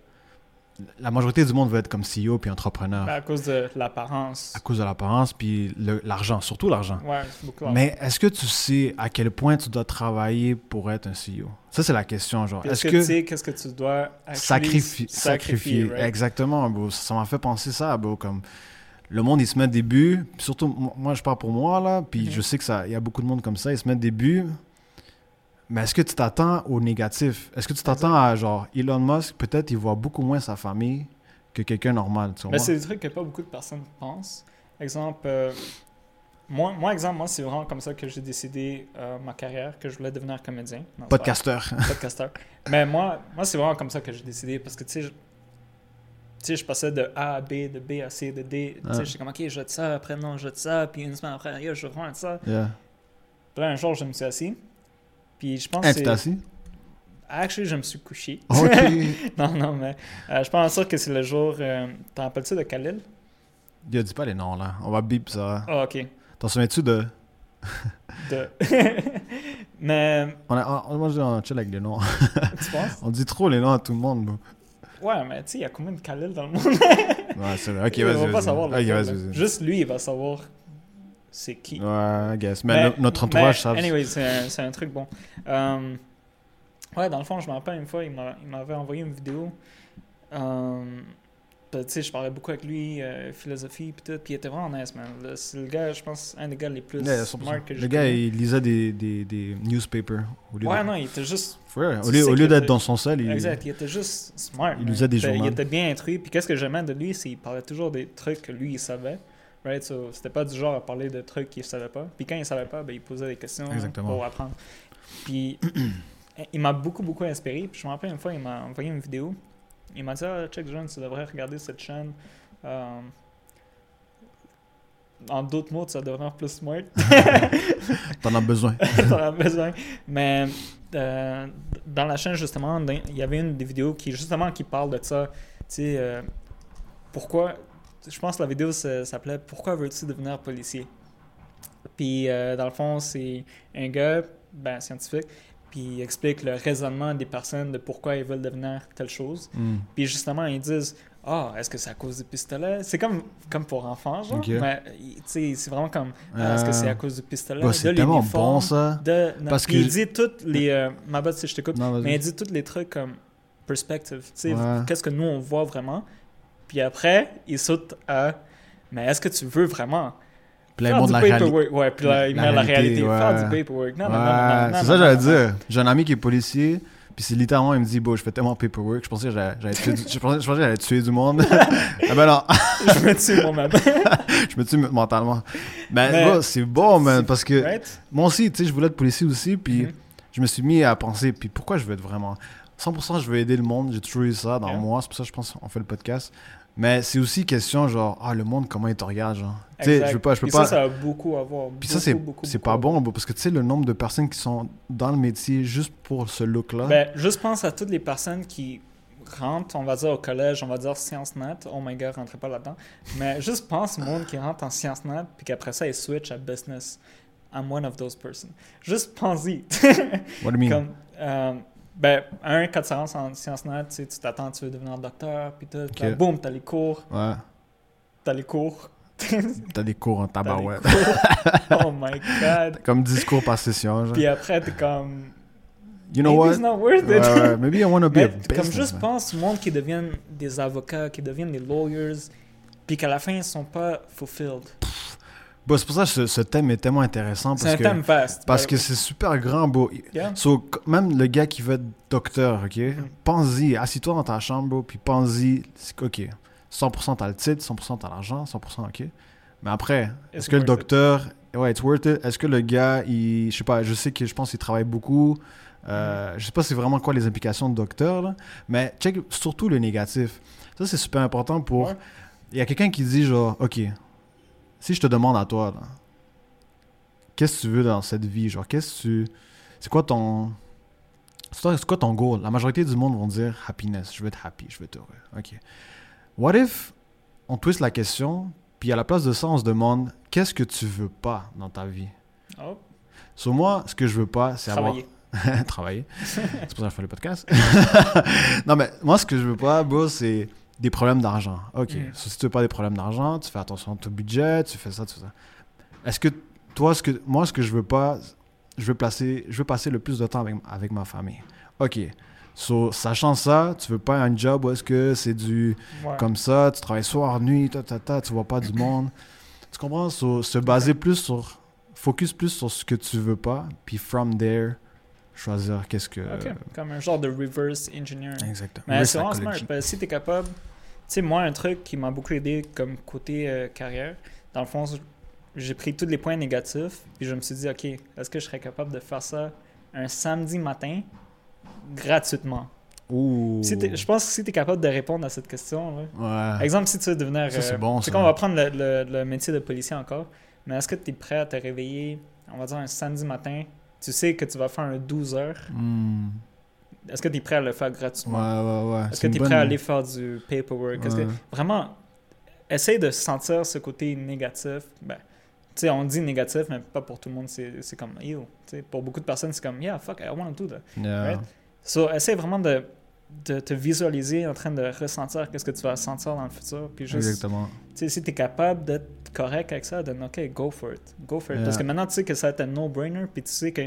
Speaker 1: La majorité du monde veut être comme CEO puis entrepreneur
Speaker 2: Ben, à cause de l'apparence.
Speaker 1: à cause de l'apparence puis le- l'argent, surtout l'argent.
Speaker 2: Ouais, c'est beaucoup.
Speaker 1: Ah. Mais est-ce que tu sais à quel point tu dois travailler pour être un CEO? Ça, c'est la question, genre.
Speaker 2: Puis Est-ce que, tu sais qu'est-ce que tu dois actually
Speaker 1: Sacrifier.
Speaker 2: sacrifier,
Speaker 1: Sacrifier.
Speaker 2: right?
Speaker 1: Exactement, bro. Ça m'a fait penser ça, bro. Comme le monde, il se met des buts. Surtout, m- moi, je parle pour moi, là. Puis
Speaker 2: Mhm.
Speaker 1: je sais que ça, il y a beaucoup de monde comme ça. Ils se mettent des buts. Mais est-ce que tu t'attends au négatif? Est-ce que tu t'attends à, genre, Elon Musk, peut-être, il voit beaucoup moins sa famille que quelqu'un normal, tu
Speaker 2: Mais
Speaker 1: vois?
Speaker 2: Ben, c'est des trucs que pas beaucoup de personnes pensent. Exemple, euh, moi, moi, exemple, moi, c'est vraiment comme ça que j'ai décidé euh, ma carrière, que je voulais devenir comédien. Non, c'est
Speaker 1: Podcasteur.
Speaker 2: pas- Podcasteur. Mais moi, moi c'est vraiment comme ça que j'ai décidé parce que, tu sais, je- tu sais, je passais de A à B, de B à C, de D. Tu
Speaker 1: Ah.
Speaker 2: sais, j'étais comme, OK, je jette ça, après non, je jette ça, puis une semaine après, yo, je rends ça.
Speaker 1: Yeah.
Speaker 2: Puis là, un jour, je me suis assis, puis je pense
Speaker 1: Hein,
Speaker 2: que
Speaker 1: tu
Speaker 2: c'est-
Speaker 1: t'es assis?
Speaker 2: Actually, je me suis couché.
Speaker 1: Ah OK.
Speaker 2: non, non, mais euh, je pense sûr que c'est le jour. euh, T'en rappelles-tu de Khalil
Speaker 1: Yo, dis pas les noms là, on va bip ça.
Speaker 2: Ah, ok.
Speaker 1: T'en souviens-tu de.
Speaker 2: De... mais
Speaker 1: On a, on, moi, je dis, on chill avec les noms.
Speaker 2: tu penses
Speaker 1: On dit trop les noms à tout le monde, bro.
Speaker 2: Ouais, mais tu sais, il y a combien de Khalil dans le monde
Speaker 1: Ouais, c'est vrai. Ok,
Speaker 2: Il
Speaker 1: vas-y.
Speaker 2: va pas
Speaker 1: vas-y.
Speaker 2: savoir. le
Speaker 1: Ok,
Speaker 2: gars,
Speaker 1: vas-y,
Speaker 2: là.
Speaker 1: vas-y.
Speaker 2: Juste lui, il va savoir c'est qui.
Speaker 1: Ouais, I guess. Mais, no- notre entourage,
Speaker 2: mais
Speaker 1: savent.
Speaker 2: Anyway, c'est un, c'est un truc bon. Euh, ouais, dans le fond, je me rappelle une fois, il m'a- il m'avait envoyé une vidéo. Euh, ben, tu sais, je parlais beaucoup avec lui, euh, philosophie, puis tout. Puis il était vraiment nice, man. Le- C'est le gars, je pense, un des gars les plus
Speaker 1: Yeah, 100%.
Speaker 2: smart que j'ai
Speaker 1: le gars,
Speaker 2: connu.
Speaker 1: il lisait des, des, des newspapers. Au lieu
Speaker 2: Ouais,
Speaker 1: de...
Speaker 2: non, il était juste.
Speaker 1: Frère,
Speaker 2: Tu
Speaker 1: au lieu,
Speaker 2: sais
Speaker 1: au
Speaker 2: que
Speaker 1: lieu d'être
Speaker 2: t'es-
Speaker 1: dans son sel, il.
Speaker 2: Exact, il était juste smart.
Speaker 1: il
Speaker 2: man.
Speaker 1: lisait des
Speaker 2: était-
Speaker 1: journaux.
Speaker 2: Il était bien instruit. Puis qu'est-ce que j'aimais de lui, c'est qu'il parlait toujours des trucs que lui, il savait. Right? So, c'était pas du genre à parler de trucs qu'il savait pas. Puis quand il savait pas, ben, il posait des questions
Speaker 1: Exactement.
Speaker 2: pour apprendre. Puis il m'a beaucoup, beaucoup inspiré. Puis je me rappelle une fois, il m'a envoyé une vidéo Il m'a dit ah, check jeune, tu devrais regarder cette chaîne. Euh, en d'autres mots, ça devrait être plus smart.
Speaker 1: T'en as besoin.
Speaker 2: T'en as besoin. Mais euh, dans la chaîne, justement, dans- il y avait une des vidéos qui, justement, qui parle de ça. Tu sais, euh, pourquoi... Je pense que la vidéo ça- s'appelait « Pourquoi veux-tu devenir policier? » Puis, euh, dans le fond, c'est un gars, ben, scientifique, puis il explique le raisonnement des personnes de pourquoi ils veulent devenir telle chose.
Speaker 1: Hmm.
Speaker 2: Puis justement, ils disent Ah, est-ce que c'est à cause des pistolets C'est comme, comme pour enfants, genre.
Speaker 1: Ok. Euh,
Speaker 2: Mais tu sais, c'est vraiment comme Ah, Est-ce que c'est à cause du pistolet
Speaker 1: Bah,
Speaker 2: De
Speaker 1: c'est tellement bon
Speaker 2: l'uniforme
Speaker 1: ça.
Speaker 2: de... non,
Speaker 1: Parce
Speaker 2: puis Il
Speaker 1: que-
Speaker 2: dit toutes les. euh, ma bad si je te coupe.
Speaker 1: Non, vas-y.
Speaker 2: mais il dit tous les trucs comme perspective. Tu sais,
Speaker 1: Ouais.
Speaker 2: qu'est-ce que nous on voit vraiment. Puis après, il saute à. Mais est-ce que tu veux vraiment
Speaker 1: Puis là,
Speaker 2: faire
Speaker 1: ils montrent
Speaker 2: du
Speaker 1: la réalité.
Speaker 2: paperwork? Ouais, puis là, il
Speaker 1: La
Speaker 2: met la réalité.
Speaker 1: réalité,
Speaker 2: Faire
Speaker 1: ouais.
Speaker 2: du paperwork. Non, non, non, non, non,
Speaker 1: Ouais, c'est
Speaker 2: non, non,
Speaker 1: ça, j'allais
Speaker 2: non,
Speaker 1: dire. J'ai un ami qui est policier, puis c'est littéralement, il me dit, bon, je fais tellement paperwork, je pensais que j'allais j'allais tuer, du- je pensais, je pensais que j'allais tuer du monde. ah ben non,
Speaker 2: non. Je me tue moi-même.
Speaker 1: je me tue mentalement. Ben,
Speaker 2: Mais-
Speaker 1: bro, c'est bon, man, parce que
Speaker 2: Right?
Speaker 1: moi aussi, tu sais, je voulais être policier aussi, puis
Speaker 2: Mhm.
Speaker 1: je me suis mis à penser, puis pourquoi je veux être vraiment. 100% je veux aider le monde, j'ai toujours eu ça dans
Speaker 2: Yeah.
Speaker 1: moi, c'est pour ça que je pense qu'on fait le podcast. Mais c'est aussi question, genre, ah, le monde, comment il te regarde, genre. Tu sais, je veux
Speaker 2: Exact.
Speaker 1: pas, je peux
Speaker 2: Puis
Speaker 1: pas.
Speaker 2: Ça, ça a beaucoup à voir.
Speaker 1: Puis ça, c'est,
Speaker 2: Beaucoup, beaucoup,
Speaker 1: c'est
Speaker 2: beaucoup à
Speaker 1: pas
Speaker 2: voir.
Speaker 1: bon, bro, parce que tu sais, le nombre de personnes qui sont dans le métier juste pour ce look-là.
Speaker 2: Ben, juste pense à toutes les personnes qui rentrent, on va dire au collège, on va dire sciences nat. Oh my god, rentrez pas là-dedans. Mais juste pense au monde qui rentre en sciences nat puis qu'après ça, ils switch à business. I'm one of those person. Juste pense-y.
Speaker 1: What do you mean?
Speaker 2: Comme, euh, ben, un, quand tu rentres en sciences nat, tu sais, tu t'attends, tu veux devenir docteur, puis tout. puis là,
Speaker 1: Ok.
Speaker 2: Boum, t'as les cours,
Speaker 1: Ouais.
Speaker 2: t'as les cours.
Speaker 1: T'as des cours en
Speaker 2: t'as les
Speaker 1: tabarouette.
Speaker 2: cours. oh my god.
Speaker 1: Comme 10 cours par session, genre.
Speaker 2: Puis après, t'es comme.
Speaker 1: you know
Speaker 2: Maybe
Speaker 1: what?
Speaker 2: it's not worth it.
Speaker 1: Ouais, ouais, maybe I want to be a
Speaker 2: Mais
Speaker 1: businessman.
Speaker 2: comme juste pense au monde qui deviennent des avocats, qui deviennent des lawyers, puis qu'à la fin, ils sont pas fulfilled.
Speaker 1: Bon, c'est pour ça que ce, ce thème est tellement intéressant
Speaker 2: C'est un
Speaker 1: parce que
Speaker 2: thème vaste.
Speaker 1: parce
Speaker 2: mais-
Speaker 1: que c'est super grand, beau.
Speaker 2: Yeah. Mm.
Speaker 1: So, qu- même le gars qui veut être docteur, ok? Pense-y, assis-toi dans ta chambre, bro, puis pense-y, c'est- ok. 100% t'as le titre, 100% t'as l'argent, 100% ok. Mais après,
Speaker 2: It's
Speaker 1: est-ce que le
Speaker 2: worth it.
Speaker 1: docteur, ouais, it's worth it. Est-ce que le gars, il, je sais pas, je sais que je pense qu'il travaille beaucoup. Euh,
Speaker 2: Mm.
Speaker 1: Je sais pas c'est vraiment quoi les implications de docteur, là. mais check surtout le négatif. Ça, c'est super important pour.
Speaker 2: Ouais.
Speaker 1: Il y a quelqu'un qui dit genre, ok, si je te demande à toi, là, qu'est-ce que tu veux dans cette vie, genre, qu'est-ce que tu, c'est quoi ton, c'est quoi- c'est quoi ton goal? La majorité du monde vont dire happiness, je veux être happy, je veux être heureux. Ok. What if on twist la question, puis à la place de ça, on se demande qu'est-ce que tu veux pas dans ta vie?
Speaker 2: Oh,
Speaker 1: Sur moi, ce que je veux pas, c'est avoir
Speaker 2: travailler.
Speaker 1: travailler. C'est pour ça que je fais le podcast. non, mais moi, ce que je veux pas, bro, c'est des problèmes d'argent. OK.
Speaker 2: Mm.
Speaker 1: So, si tu veux pas des problèmes d'argent, tu fais attention à ton budget, tu fais ça, tu fais ça. Est-ce que toi, ce que, moi, ce que je veux pas, je veux, placer, je veux passer le plus de temps avec, avec ma famille. OK. So, sachant ça, tu veux pas un job où est-ce que c'est du
Speaker 2: Ouais.
Speaker 1: comme ça, tu travailles soir, nuit, ta, ta, ta, tu vois pas du monde. Tu comprends? So, se baser plus sur, focus plus sur ce que tu veux pas, puis from there, choisir qu'est-ce que.
Speaker 2: Ok, Comme un genre de reverse engineering.
Speaker 1: Exactement.
Speaker 2: Mais
Speaker 1: Risk
Speaker 2: c'est vraiment smart.
Speaker 1: psychology.
Speaker 2: parce que si t'es capable, tu sais, moi, un truc qui m'a beaucoup aidé comme côté euh, carrière, dans le fond, j'ai pris tous les points négatifs, puis je me suis dit, OK, est-ce que je serais capable de faire ça un samedi matin gratuitement?
Speaker 1: Ouh.
Speaker 2: Si t'es- je pense que si tu es capable de répondre à cette question, là,
Speaker 1: Ouais.
Speaker 2: exemple, si tu veux devenir.
Speaker 1: Ah. Ça, c'est
Speaker 2: euh,
Speaker 1: bon,
Speaker 2: tu sais
Speaker 1: ça.
Speaker 2: qu'on va prendre le, le- le métier de policier encore, mais est-ce que tu es prêt à te réveiller, on va dire un samedi matin, tu sais que tu vas faire un 12 heures,
Speaker 1: Hmm.
Speaker 2: est-ce que tu es prêt à le faire gratuitement?
Speaker 1: Ouais, ouais, ouais.
Speaker 2: Est-ce
Speaker 1: C'est
Speaker 2: que
Speaker 1: une
Speaker 2: tu es
Speaker 1: bonne-
Speaker 2: prêt à aller faire du paperwork? Est-ce que-
Speaker 1: Ouais.
Speaker 2: vraiment, essaye de sentir ce côté négatif. Ben, tu sais, on dit négatif, mais pas pour tout le monde. C'est c'est comme, yo. Tu sais, Pour beaucoup de personnes, c'est comme, yeah, fuck, I want to do that.
Speaker 1: Yeah.
Speaker 2: Right? So, essaie vraiment de, de te visualiser en train de ressentir qu'est-ce que tu vas sentir dans le futur. Puis juste,
Speaker 1: Exactement.
Speaker 2: tu sais, si tu es capable d'être correct avec ça, then OK, go for it. Go for it. Parce que
Speaker 1: Yeah.
Speaker 2: maintenant, tu sais que ça va être un no-brainer, puis tu sais que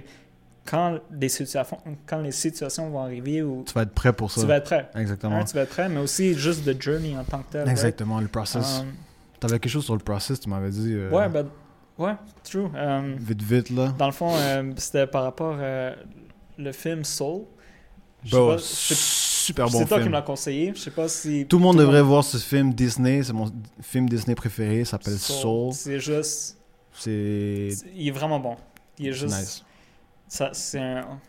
Speaker 2: quand les, situations, quand les situations vont arriver, ou
Speaker 1: Tu vas être prêt pour ça.
Speaker 2: tu vas être prêt.
Speaker 1: Exactement.
Speaker 2: Un, tu vas être prêt, mais aussi juste the journey en tant que tel. right?
Speaker 1: Exactement, le process.
Speaker 2: Um,
Speaker 1: T'avais quelque chose sur le process, tu m'avais dit. euh,
Speaker 2: ouais, ben, ouais, true. Um,
Speaker 1: Vite, vite, là.
Speaker 2: dans le fond, euh, c'était par rapport euh, le film Soul. Je sais
Speaker 1: Bro,
Speaker 2: pas, c'est
Speaker 1: super
Speaker 2: c'est
Speaker 1: bon
Speaker 2: toi qui me
Speaker 1: film.
Speaker 2: l'as conseillé. Je sais pas si.
Speaker 1: Tout le monde devrait voir ce film Disney. C'est mon film Disney préféré. Il s'appelle Soul.
Speaker 2: C'est juste.
Speaker 1: C'est
Speaker 2: c'est- Il est vraiment bon. Il est juste.
Speaker 1: nice.
Speaker 2: ça- C'est un.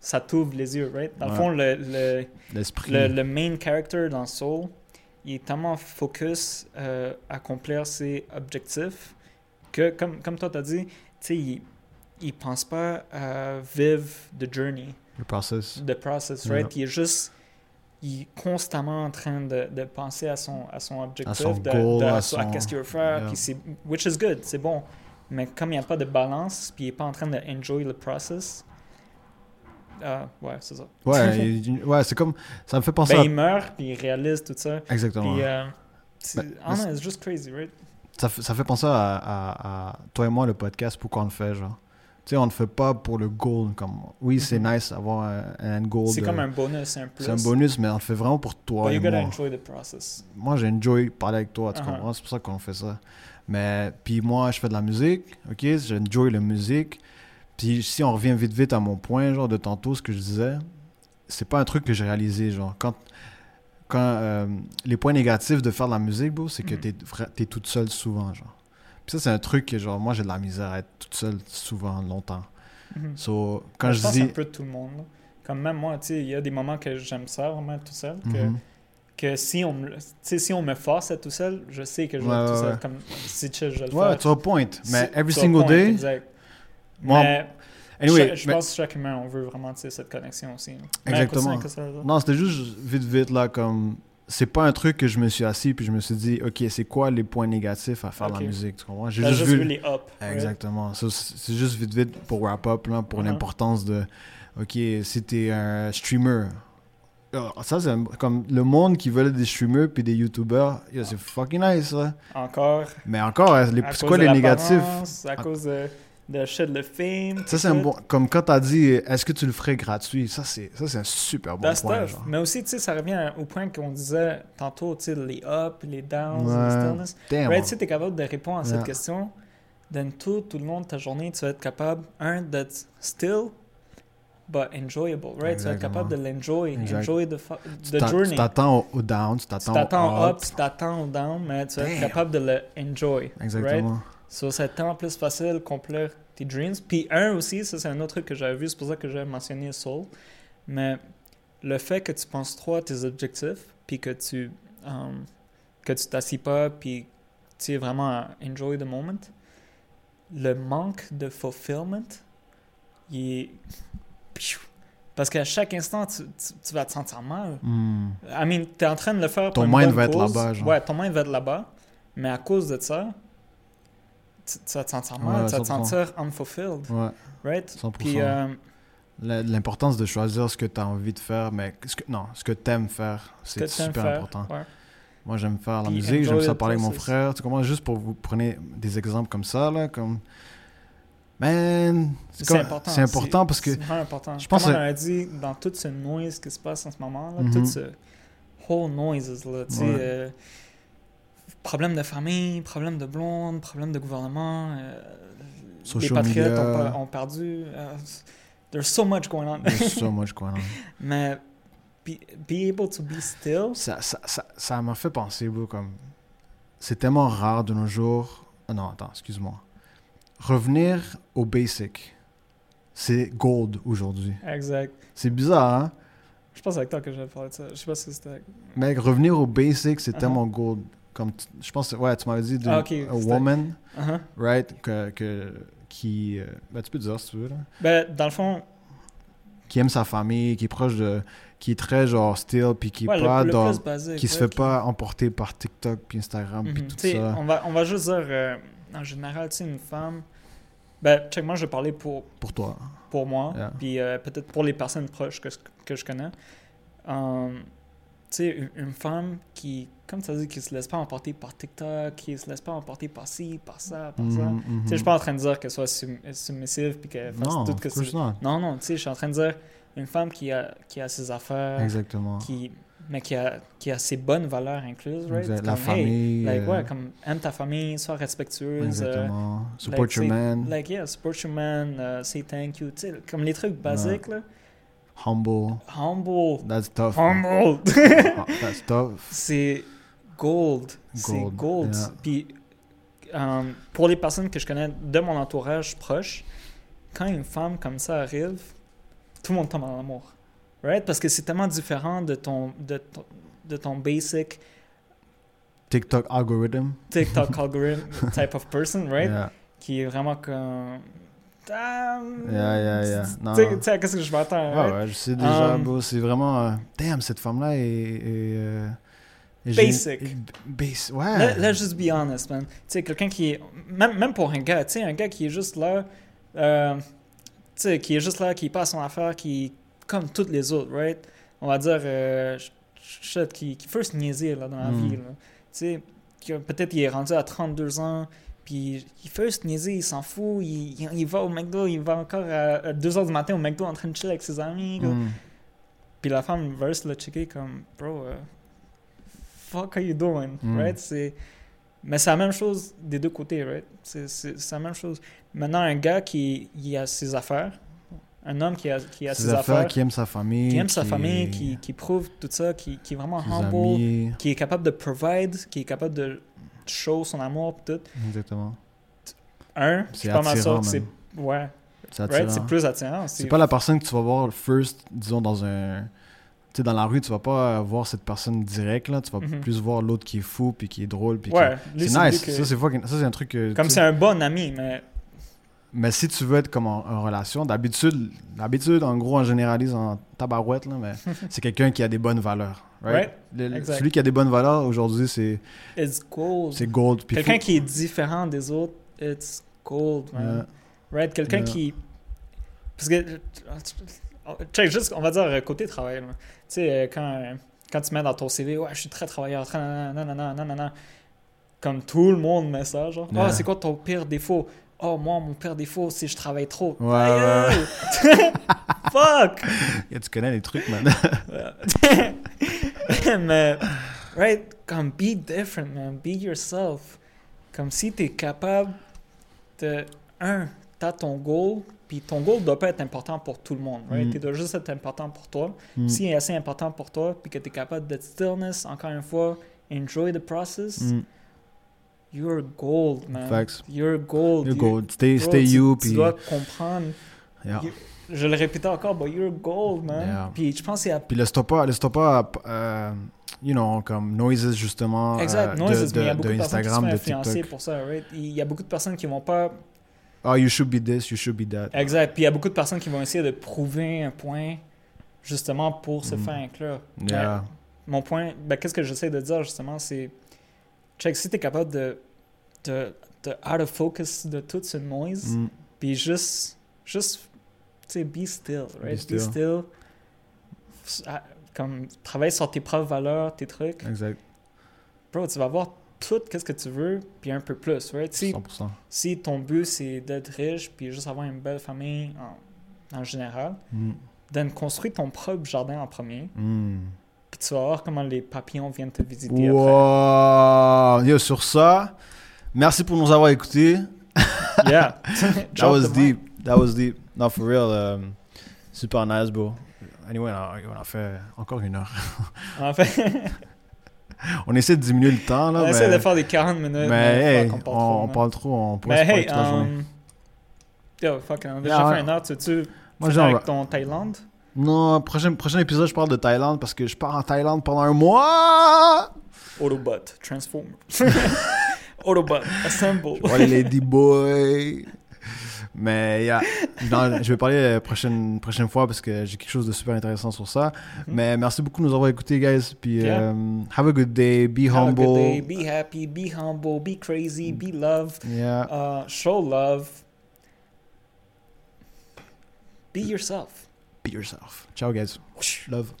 Speaker 2: ça t'ouvre les yeux, right? Dans le
Speaker 1: Ouais.
Speaker 2: fond, le, le,
Speaker 1: L'esprit.
Speaker 2: le, le main character dans Soul, il est tellement focus euh, à accomplir ses objectifs que, comme, comme toi t'as dit, tu sais, il, il pense pas à vivre the journey,
Speaker 1: le process.
Speaker 2: the process,
Speaker 1: Ouais.
Speaker 2: right? Il est juste, il est constamment en train de, de penser à son, à son objectif,
Speaker 1: son
Speaker 2: de,
Speaker 1: goal,
Speaker 2: de-
Speaker 1: à
Speaker 2: so- à
Speaker 1: son-
Speaker 2: qu'est-ce qu'il veut faire,
Speaker 1: Yeah.
Speaker 2: puis c'est, which is good, c'est bon. Mais comme il n'y a pas de balance, puis il est pas en train de enjoy le process, ah, ouais, c'est ça.
Speaker 1: Ouais, il- ouais c'est comme. Ça me fait penser
Speaker 2: Ben, il meurt, puis il réalise tout ça.
Speaker 1: à. Exactement.
Speaker 2: Puis, euh, c'est-
Speaker 1: Ben,
Speaker 2: ah non,
Speaker 1: mais-
Speaker 2: it's just crazy, right?
Speaker 1: ça, fait- ça fait penser à, à- à toi et moi le podcast pourquoi on le fait genre tu sais on le fait pas pour le goal comme oui c'est
Speaker 2: Mhm.
Speaker 1: nice d'avoir un, un end goal
Speaker 2: C'est
Speaker 1: de-
Speaker 2: comme un bonus, c'est un plus.
Speaker 1: c'est un bonus mais on le fait vraiment pour toi
Speaker 2: But
Speaker 1: et
Speaker 2: you gotta
Speaker 1: moi
Speaker 2: enjoy the process.
Speaker 1: moi j'enjoy parler avec toi tu
Speaker 2: Uh-huh.
Speaker 1: comprends c'est pour ça qu'on fait ça mais puis moi je fais de la musique ok j'enjoy la musique puis si on revient vite vite à mon point genre de tantôt ce que je disais c'est pas un truc que j'ai réalisé genre quand quand euh, les points négatifs de faire de la musique bro c'est que
Speaker 2: Mhm.
Speaker 1: t'es vra- t'es toute seule souvent genre puis ça c'est un truc que genre moi j'ai de la misère à être toute seule souvent longtemps
Speaker 2: Mhm.
Speaker 1: so quand
Speaker 2: Mais
Speaker 1: je,
Speaker 2: pense que c'est
Speaker 1: dis
Speaker 2: un peu tout le monde. là. Comme même moi, tu sais, il y a des moments que j'aime ça vraiment être tout seul. Que,
Speaker 1: Mhm.
Speaker 2: que si, on me, le- tu sais, si on me force à être tout seul, je sais que je vais
Speaker 1: Ouais,
Speaker 2: être tout
Speaker 1: ouais,
Speaker 2: seul.
Speaker 1: ouais.
Speaker 2: Comme si chill, je vais le
Speaker 1: ouais
Speaker 2: faire.
Speaker 1: tu as point mais
Speaker 2: Si-
Speaker 1: every
Speaker 2: tu as
Speaker 1: single
Speaker 2: point,
Speaker 1: day
Speaker 2: exact.
Speaker 1: moi-
Speaker 2: mais
Speaker 1: anyway
Speaker 2: cha- je
Speaker 1: mais-
Speaker 2: pense que chaque humain, on veut vraiment tu sais, cette connexion aussi. là. Mais
Speaker 1: Exactement.
Speaker 2: continue avec ça, là.
Speaker 1: Non, c'était juste vite, vite, là, comme... C'est pas un truc que je me suis assis puis je me suis dit, OK, c'est quoi les points négatifs à faire de
Speaker 2: Ok.
Speaker 1: la musique, tu comprends? J'ai
Speaker 2: T'as
Speaker 1: juste, vu...
Speaker 2: les up. right?
Speaker 1: Exactement. Ça, C'est c'est juste vite, vite pour wrap-up, là, pour
Speaker 2: Mhm.
Speaker 1: l'importance de... OK, si t'es un streamer... Ah, Ça, c'est un- comme le monde qui veut être des streamers puis des youtubers, yo, c'est fucking nice, là.
Speaker 2: Encore.
Speaker 1: Mais encore, hein, les-
Speaker 2: à
Speaker 1: c'est
Speaker 2: cause
Speaker 1: quoi
Speaker 2: de
Speaker 1: les
Speaker 2: l'apparence,
Speaker 1: négatifs?
Speaker 2: À cause de, de shit, le film.
Speaker 1: Ça, c'est un bon... Comme quand t'as dit, est-ce que tu le ferais gratuit? Ça, c'est ça, c'est un super bon
Speaker 2: That's
Speaker 1: point,
Speaker 2: tough.
Speaker 1: genre.
Speaker 2: Mais aussi, tu sais, ça revient au point qu'on disait tantôt, tu sais, les ups, les downs,
Speaker 1: Ouais.
Speaker 2: les stillness.
Speaker 1: Damn,
Speaker 2: Right, Ben, tu sais, t'es capable de répondre à cette
Speaker 1: Yeah.
Speaker 2: question. Dans tout, tout le long de ta journée, tu vas être capable, un, d'être still, but enjoyable, right? Tu vas être
Speaker 1: Exactement.
Speaker 2: capable de l'enjoy,
Speaker 1: Exact.
Speaker 2: enjoy the, fu-
Speaker 1: Tu
Speaker 2: the
Speaker 1: t'a- tu
Speaker 2: journey.
Speaker 1: t'attends au, au down, tu
Speaker 2: Tu
Speaker 1: t'attends
Speaker 2: t'attends
Speaker 1: au
Speaker 2: up, tu t'attends down, mais tu vas être
Speaker 1: Damn.
Speaker 2: capable de le enjoy. Right?
Speaker 1: Exactement.
Speaker 2: So, ça te rend plus facile de compléter tes dreams. Puis un aussi, ça c'est un autre truc que j'avais vu, c'est pour ça que j'ai mentionné Soul. Mais le fait que tu penses trop à tes objectifs, puis que tu um, que tu t'assis pas, puis tu es vraiment à enjoy the moment, le manque de fulfillment, il est... Piou! Parce qu'à chaque instant, tu, tu- tu vas te sentir mal.
Speaker 1: Hmm.
Speaker 2: I mean, t'es en train de le faire
Speaker 1: Ton
Speaker 2: pour une
Speaker 1: mind
Speaker 2: bonne
Speaker 1: va être
Speaker 2: cause.
Speaker 1: là-bas, genre.
Speaker 2: Ouais, ton mind va être là-bas. Mais à cause de ça, tu, tu vas te sentir mal,
Speaker 1: Ouais,
Speaker 2: tu vas te
Speaker 1: 100%.
Speaker 2: sentir unfulfilled,
Speaker 1: Ouais,
Speaker 2: right?
Speaker 1: 100%.
Speaker 2: Puis, euh,
Speaker 1: La- L'importance de choisir ce que tu as envie de faire, mais ce que, non, ce que tu aimes faire, c'est
Speaker 2: que t'aimes
Speaker 1: super
Speaker 2: faire,
Speaker 1: important.
Speaker 2: ouais.
Speaker 1: Moi, j'aime faire la
Speaker 2: Puis
Speaker 1: musique, j'aime
Speaker 2: enjoy
Speaker 1: ça
Speaker 2: the
Speaker 1: parler avec mon
Speaker 2: process.
Speaker 1: frère. Tu comprends? Juste pour vous prenez des exemples comme ça, là, comme... Man!
Speaker 2: C'est
Speaker 1: comme-
Speaker 2: important.
Speaker 1: C'est important parce que...
Speaker 2: C'est vraiment important.
Speaker 1: je
Speaker 2: Je
Speaker 1: pense
Speaker 2: pense
Speaker 1: que-
Speaker 2: Comme on a dit, dans toute ce noise qui se passe en ce moment, là,
Speaker 1: Mhm.
Speaker 2: tout ce whole noises, là, tu sais,
Speaker 1: Ouais.
Speaker 2: euh, problème de famille, problème de blonde, problème de gouvernement, euh, les
Speaker 1: Social
Speaker 2: patriotes ont,
Speaker 1: media.
Speaker 2: per- ont perdu. euh, there's so much going on.
Speaker 1: There's so much going on.
Speaker 2: Mais be, be able to be still.
Speaker 1: Ça ça- ça- ça m'a fait penser, bro, comme... C'est tellement rare de nos jours... Ah non, attends, excuse-moi. Revenir au basic, c'est gold aujourd'hui.
Speaker 2: Exact.
Speaker 1: C'est bizarre, hein?
Speaker 2: Je pense avec toi que j'avais parlé de ça. Je sais pas si c'était.
Speaker 1: Mec, revenir au basic, c'est
Speaker 2: Uh-huh.
Speaker 1: tellement gold. Comme tu- je pense, ouais, tu m'avais dit de
Speaker 2: Ah, ok,
Speaker 1: a
Speaker 2: c'était-
Speaker 1: woman,
Speaker 2: Uh-huh.
Speaker 1: right, que, que- qui, euh, ben, tu peux dire si tu veux, là,
Speaker 2: Ben, dans le fond,
Speaker 1: qui aime sa famille, qui est proche de, qui est très genre still, puis qui est
Speaker 2: ouais, le-
Speaker 1: pas
Speaker 2: le,
Speaker 1: dans,
Speaker 2: plus basique.
Speaker 1: qui se
Speaker 2: ouais,
Speaker 1: fait pas emporter par TikTok puis Instagram puis
Speaker 2: Mhm.
Speaker 1: tout
Speaker 2: Tu sais,
Speaker 1: ça.
Speaker 2: On va, on va juste dire, euh, en général, tu sais, une femme. Ben, check, moi, je vais parler pour,
Speaker 1: Pour toi,
Speaker 2: pour moi,
Speaker 1: Yeah.
Speaker 2: puis euh, peut-être pour les personnes proches que, que je connais. Euh, tu sais, une, une femme qui, comme tu as dit, qui se laisse pas emporter par TikTok, qui se laisse pas emporter par ci, par ça, par ça.
Speaker 1: Mhm,
Speaker 2: Tu
Speaker 1: mhm.
Speaker 2: sais, je suis pas en train de dire qu'elle soit sum- submissive, puis qu'elle fasse
Speaker 1: Non,
Speaker 2: tout que
Speaker 1: of course
Speaker 2: c'est-
Speaker 1: not.
Speaker 2: Non, non, tu sais, je suis en train de dire une femme qui a, qui a ses affaires,
Speaker 1: exactement.
Speaker 2: euh, qui, mais qui a, qui a ses bonnes valeurs incluses, right?
Speaker 1: Exact. La
Speaker 2: Comme, hey,
Speaker 1: famille,
Speaker 2: like,
Speaker 1: euh,
Speaker 2: ouais, comme aime ta famille, sois respectueuse. euh,
Speaker 1: exactement. Support
Speaker 2: like,
Speaker 1: your
Speaker 2: say-
Speaker 1: man,
Speaker 2: like, yeah, support your man, euh, say thank you, tu sais, comme les trucs basiques, là.
Speaker 1: humble.
Speaker 2: Humble.
Speaker 1: That's tough. man.
Speaker 2: Humble.
Speaker 1: Ah, That's tough.
Speaker 2: c'est gold. C'est
Speaker 1: Gold,
Speaker 2: gold.
Speaker 1: yeah.
Speaker 2: Puis, euh, pour les personnes que je connais de mon entourage proche, quand une femme comme ça arrive, tout le monde tombe en amour. Right? Parce que c'est tellement différent de ton, de ton, de ton basic
Speaker 1: TikTok algorithm.
Speaker 2: TikTok algorithm type of person, right?
Speaker 1: Yeah.
Speaker 2: Qui est vraiment comme. Damn!
Speaker 1: Yeah, yeah, yeah. Non,
Speaker 2: Tu sais-
Speaker 1: non.
Speaker 2: tu sais, qu'est-ce que je m'attends?
Speaker 1: Ah, Ouais,
Speaker 2: right?
Speaker 1: ouais, je sais déjà,
Speaker 2: Um,
Speaker 1: bro, c'est vraiment. euh, damn, cette femme-là est. est, euh, est
Speaker 2: Basic.
Speaker 1: gé- est base- ouais.
Speaker 2: Là, là, just be honest, man. Tu sais, quelqu'un qui est. Même, même pour un gars, tu sais, un gars qui est juste là. euh, tu sais, qui est juste là, qui passe son affaire, qui. Comme toutes les autres, right? On va dire. Euh, ch- shit, qui, qui veut se niaiser, là, dans la
Speaker 1: Mm.
Speaker 2: vie, là. Tu sais, que peut-être il est rendu à 32 ans, puis il veut se niaiser, il s'en fout, il, il- il va au McDo, il va encore à, 2h du matin au McDo en train de chiller avec ses amis, là.
Speaker 1: Mm.
Speaker 2: Puis la femme va juste le checker comme, bro, euh, fuck are you doing,
Speaker 1: Mm.
Speaker 2: right? C'est... Mais c'est la même chose des deux côtés, right? C'est, c'est, c'est la même chose. Maintenant, un gars qui il a ses affaires, un homme qui a, qui a ses,
Speaker 1: Ses
Speaker 2: affaires,
Speaker 1: qui aime sa famille.
Speaker 2: qui aime sa famille, qui, qui prouve tout ça, qui, qui est vraiment
Speaker 1: Ses
Speaker 2: humble,
Speaker 1: amis.
Speaker 2: qui est capable de provide, qui est capable de show son amour, pis tout.
Speaker 1: Exactement.
Speaker 2: Un, je
Speaker 1: C'est
Speaker 2: suis pas mal sûr
Speaker 1: attirant,
Speaker 2: que c'est.
Speaker 1: man.
Speaker 2: Ouais,
Speaker 1: C'est
Speaker 2: right?
Speaker 1: attirant.
Speaker 2: C'est plus attirant.
Speaker 1: C'est pas la personne que tu vas voir first, disons, dans un. Tu sais, dans la rue, tu vas pas voir cette personne direct, là. Tu vas
Speaker 2: Mhm.
Speaker 1: plus voir l'autre qui est fou, puis qui est drôle, puis qui-
Speaker 2: Ouais, lui,
Speaker 1: C'est
Speaker 2: lui
Speaker 1: nice.
Speaker 2: que-
Speaker 1: Ça, c'est fucking- ça, c'est un truc que.
Speaker 2: comme
Speaker 1: tu-
Speaker 2: c'est un bon ami, mais.
Speaker 1: Mais si tu veux être comme en, en relation, d'habitude, d'habitude, en gros, on généralise en tabarouette, là, mais c'est quelqu'un qui a des bonnes valeurs. Right?
Speaker 2: Right?
Speaker 1: Le- le-
Speaker 2: exact.
Speaker 1: celui qui a des bonnes valeurs aujourd'hui, c'est
Speaker 2: It's cool.
Speaker 1: c'est gold. Puis
Speaker 2: Quelqu'un
Speaker 1: faut-
Speaker 2: qui est différent des autres, it's cold, man.
Speaker 1: Yeah.
Speaker 2: Right? Quelqu'un
Speaker 1: Yeah.
Speaker 2: qui. Parce que. Check, juste, on va dire euh, côté travail. là. Tu sais, euh, quand, euh, quand tu mets dans ton CV, ouais, je suis très travailleur, très nanana, nanana, nanana. Comme tout le monde met ça, genre.
Speaker 1: Yeah.
Speaker 2: Oh, c'est quoi ton pire défaut? Oh, moi, mon pire défaut, c'est que je travaille trop.
Speaker 1: Ouais,
Speaker 2: Ta
Speaker 1: ouais,
Speaker 2: gueule! Fuck!
Speaker 1: Yeah, tu connais les trucs, man.
Speaker 2: mais, right, comme be different, man, be yourself. Comme si t'es capable de, un, t'as ton goal, puis ton goal doit pas être important pour tout le monde, right?
Speaker 1: Mm.
Speaker 2: Il doit juste être important pour toi.
Speaker 1: Mm.
Speaker 2: Si il est assez important pour toi, puis que t'es capable d'être stillness, encore une fois, enjoy the process,
Speaker 1: Mm.
Speaker 2: you're gold, man.
Speaker 1: Facts.
Speaker 2: You're euh, gold.
Speaker 1: You're
Speaker 2: You-
Speaker 1: gold. Stay,
Speaker 2: bro,
Speaker 1: stay
Speaker 2: tu-
Speaker 1: you,
Speaker 2: tu
Speaker 1: puis.
Speaker 2: dois comprendre.
Speaker 1: Yeah.
Speaker 2: you- Je le répétais encore, but you're gold, man.
Speaker 1: Yeah.
Speaker 2: Puis je pense qu'il y a
Speaker 1: Puis le stopper, le stopper, euh, you know, comme noises, justement.
Speaker 2: Exact,
Speaker 1: euh,
Speaker 2: noises,
Speaker 1: de,
Speaker 2: mais il y
Speaker 1: de,
Speaker 2: a beaucoup
Speaker 1: de
Speaker 2: de personnes qui se font
Speaker 1: Instagram, de
Speaker 2: influencer
Speaker 1: TikTok.
Speaker 2: pour ça, right? Il y a beaucoup de personnes qui vont pas...
Speaker 1: Oh, you should be this, you should be that.
Speaker 2: Exact, puis il y a beaucoup de personnes qui vont essayer de prouver un point justement pour se
Speaker 1: Mm.
Speaker 2: faire inclure.
Speaker 1: Yeah.
Speaker 2: Ouais. Mon point, ben, qu'est-ce que j'essaie de dire justement, c'est... Check, si t'es capable de, de, de out of focus de toute ce noise,
Speaker 1: Mm.
Speaker 2: puis juste, juste, tu sais, be still, right? Be still.
Speaker 1: still.
Speaker 2: S- ah, Comme, travaille sur tes propres valeurs, tes trucs.
Speaker 1: Exact.
Speaker 2: Bro, tu vas avoir tout qu'est-ce que tu veux, puis un peu plus, right? Si
Speaker 1: 100%.
Speaker 2: si ton but c'est d'être riche puis juste avoir une belle famille en, en général,
Speaker 1: Mm.
Speaker 2: then construis ton propre jardin en premier,
Speaker 1: Mm.
Speaker 2: puis tu vas voir comment les papillons viennent te visiter
Speaker 1: Wow! Yo, sur ça, merci pour nous avoir écoutés.
Speaker 2: après. Yeah.
Speaker 1: That
Speaker 2: Drop
Speaker 1: was
Speaker 2: the
Speaker 1: deep. That was deep. No, for real. um, super nice, bro. Anyway, on a, on a fait encore une heure.
Speaker 2: mic. En fait,
Speaker 1: On essaie de diminuer le temps,
Speaker 2: on
Speaker 1: là. mais
Speaker 2: essaie de faire des 40 minutes.
Speaker 1: mais,
Speaker 2: mais
Speaker 1: hey, on,
Speaker 2: fuck, parle trop,
Speaker 1: on
Speaker 2: man.
Speaker 1: parle trop. On pourrait
Speaker 2: Mais
Speaker 1: se parler
Speaker 2: hey,
Speaker 1: toute la journée.
Speaker 2: um, yo, fuck, on a déjà
Speaker 1: Yeah,
Speaker 2: fait
Speaker 1: ouais.
Speaker 2: une heure, tu veux
Speaker 1: Moi, j'ai
Speaker 2: avec
Speaker 1: envie-
Speaker 2: ton Thaïlande?
Speaker 1: Non, prochain, prochain épisode, je parle de Thaïlande parce que je pars en Thaïlande pendant un mois.
Speaker 2: Autobot, Transformer. Autobot, Assemble.
Speaker 1: Oh, les Lady Boy. Mais yeah. Non, je vais parler la prochaine, prochaine fois parce que j'ai quelque chose de super intéressant sur ça. Mais merci beaucoup de nous avoir écoutés, guys. Puis
Speaker 2: Mm-hmm. Yeah.
Speaker 1: euh, have a good day, be
Speaker 2: Have a
Speaker 1: humble.
Speaker 2: good day, be happy, be humble, be crazy, be love.
Speaker 1: Yeah.
Speaker 2: uh, show love. Be yourself.
Speaker 1: Be yourself. Ciao, guys. Love.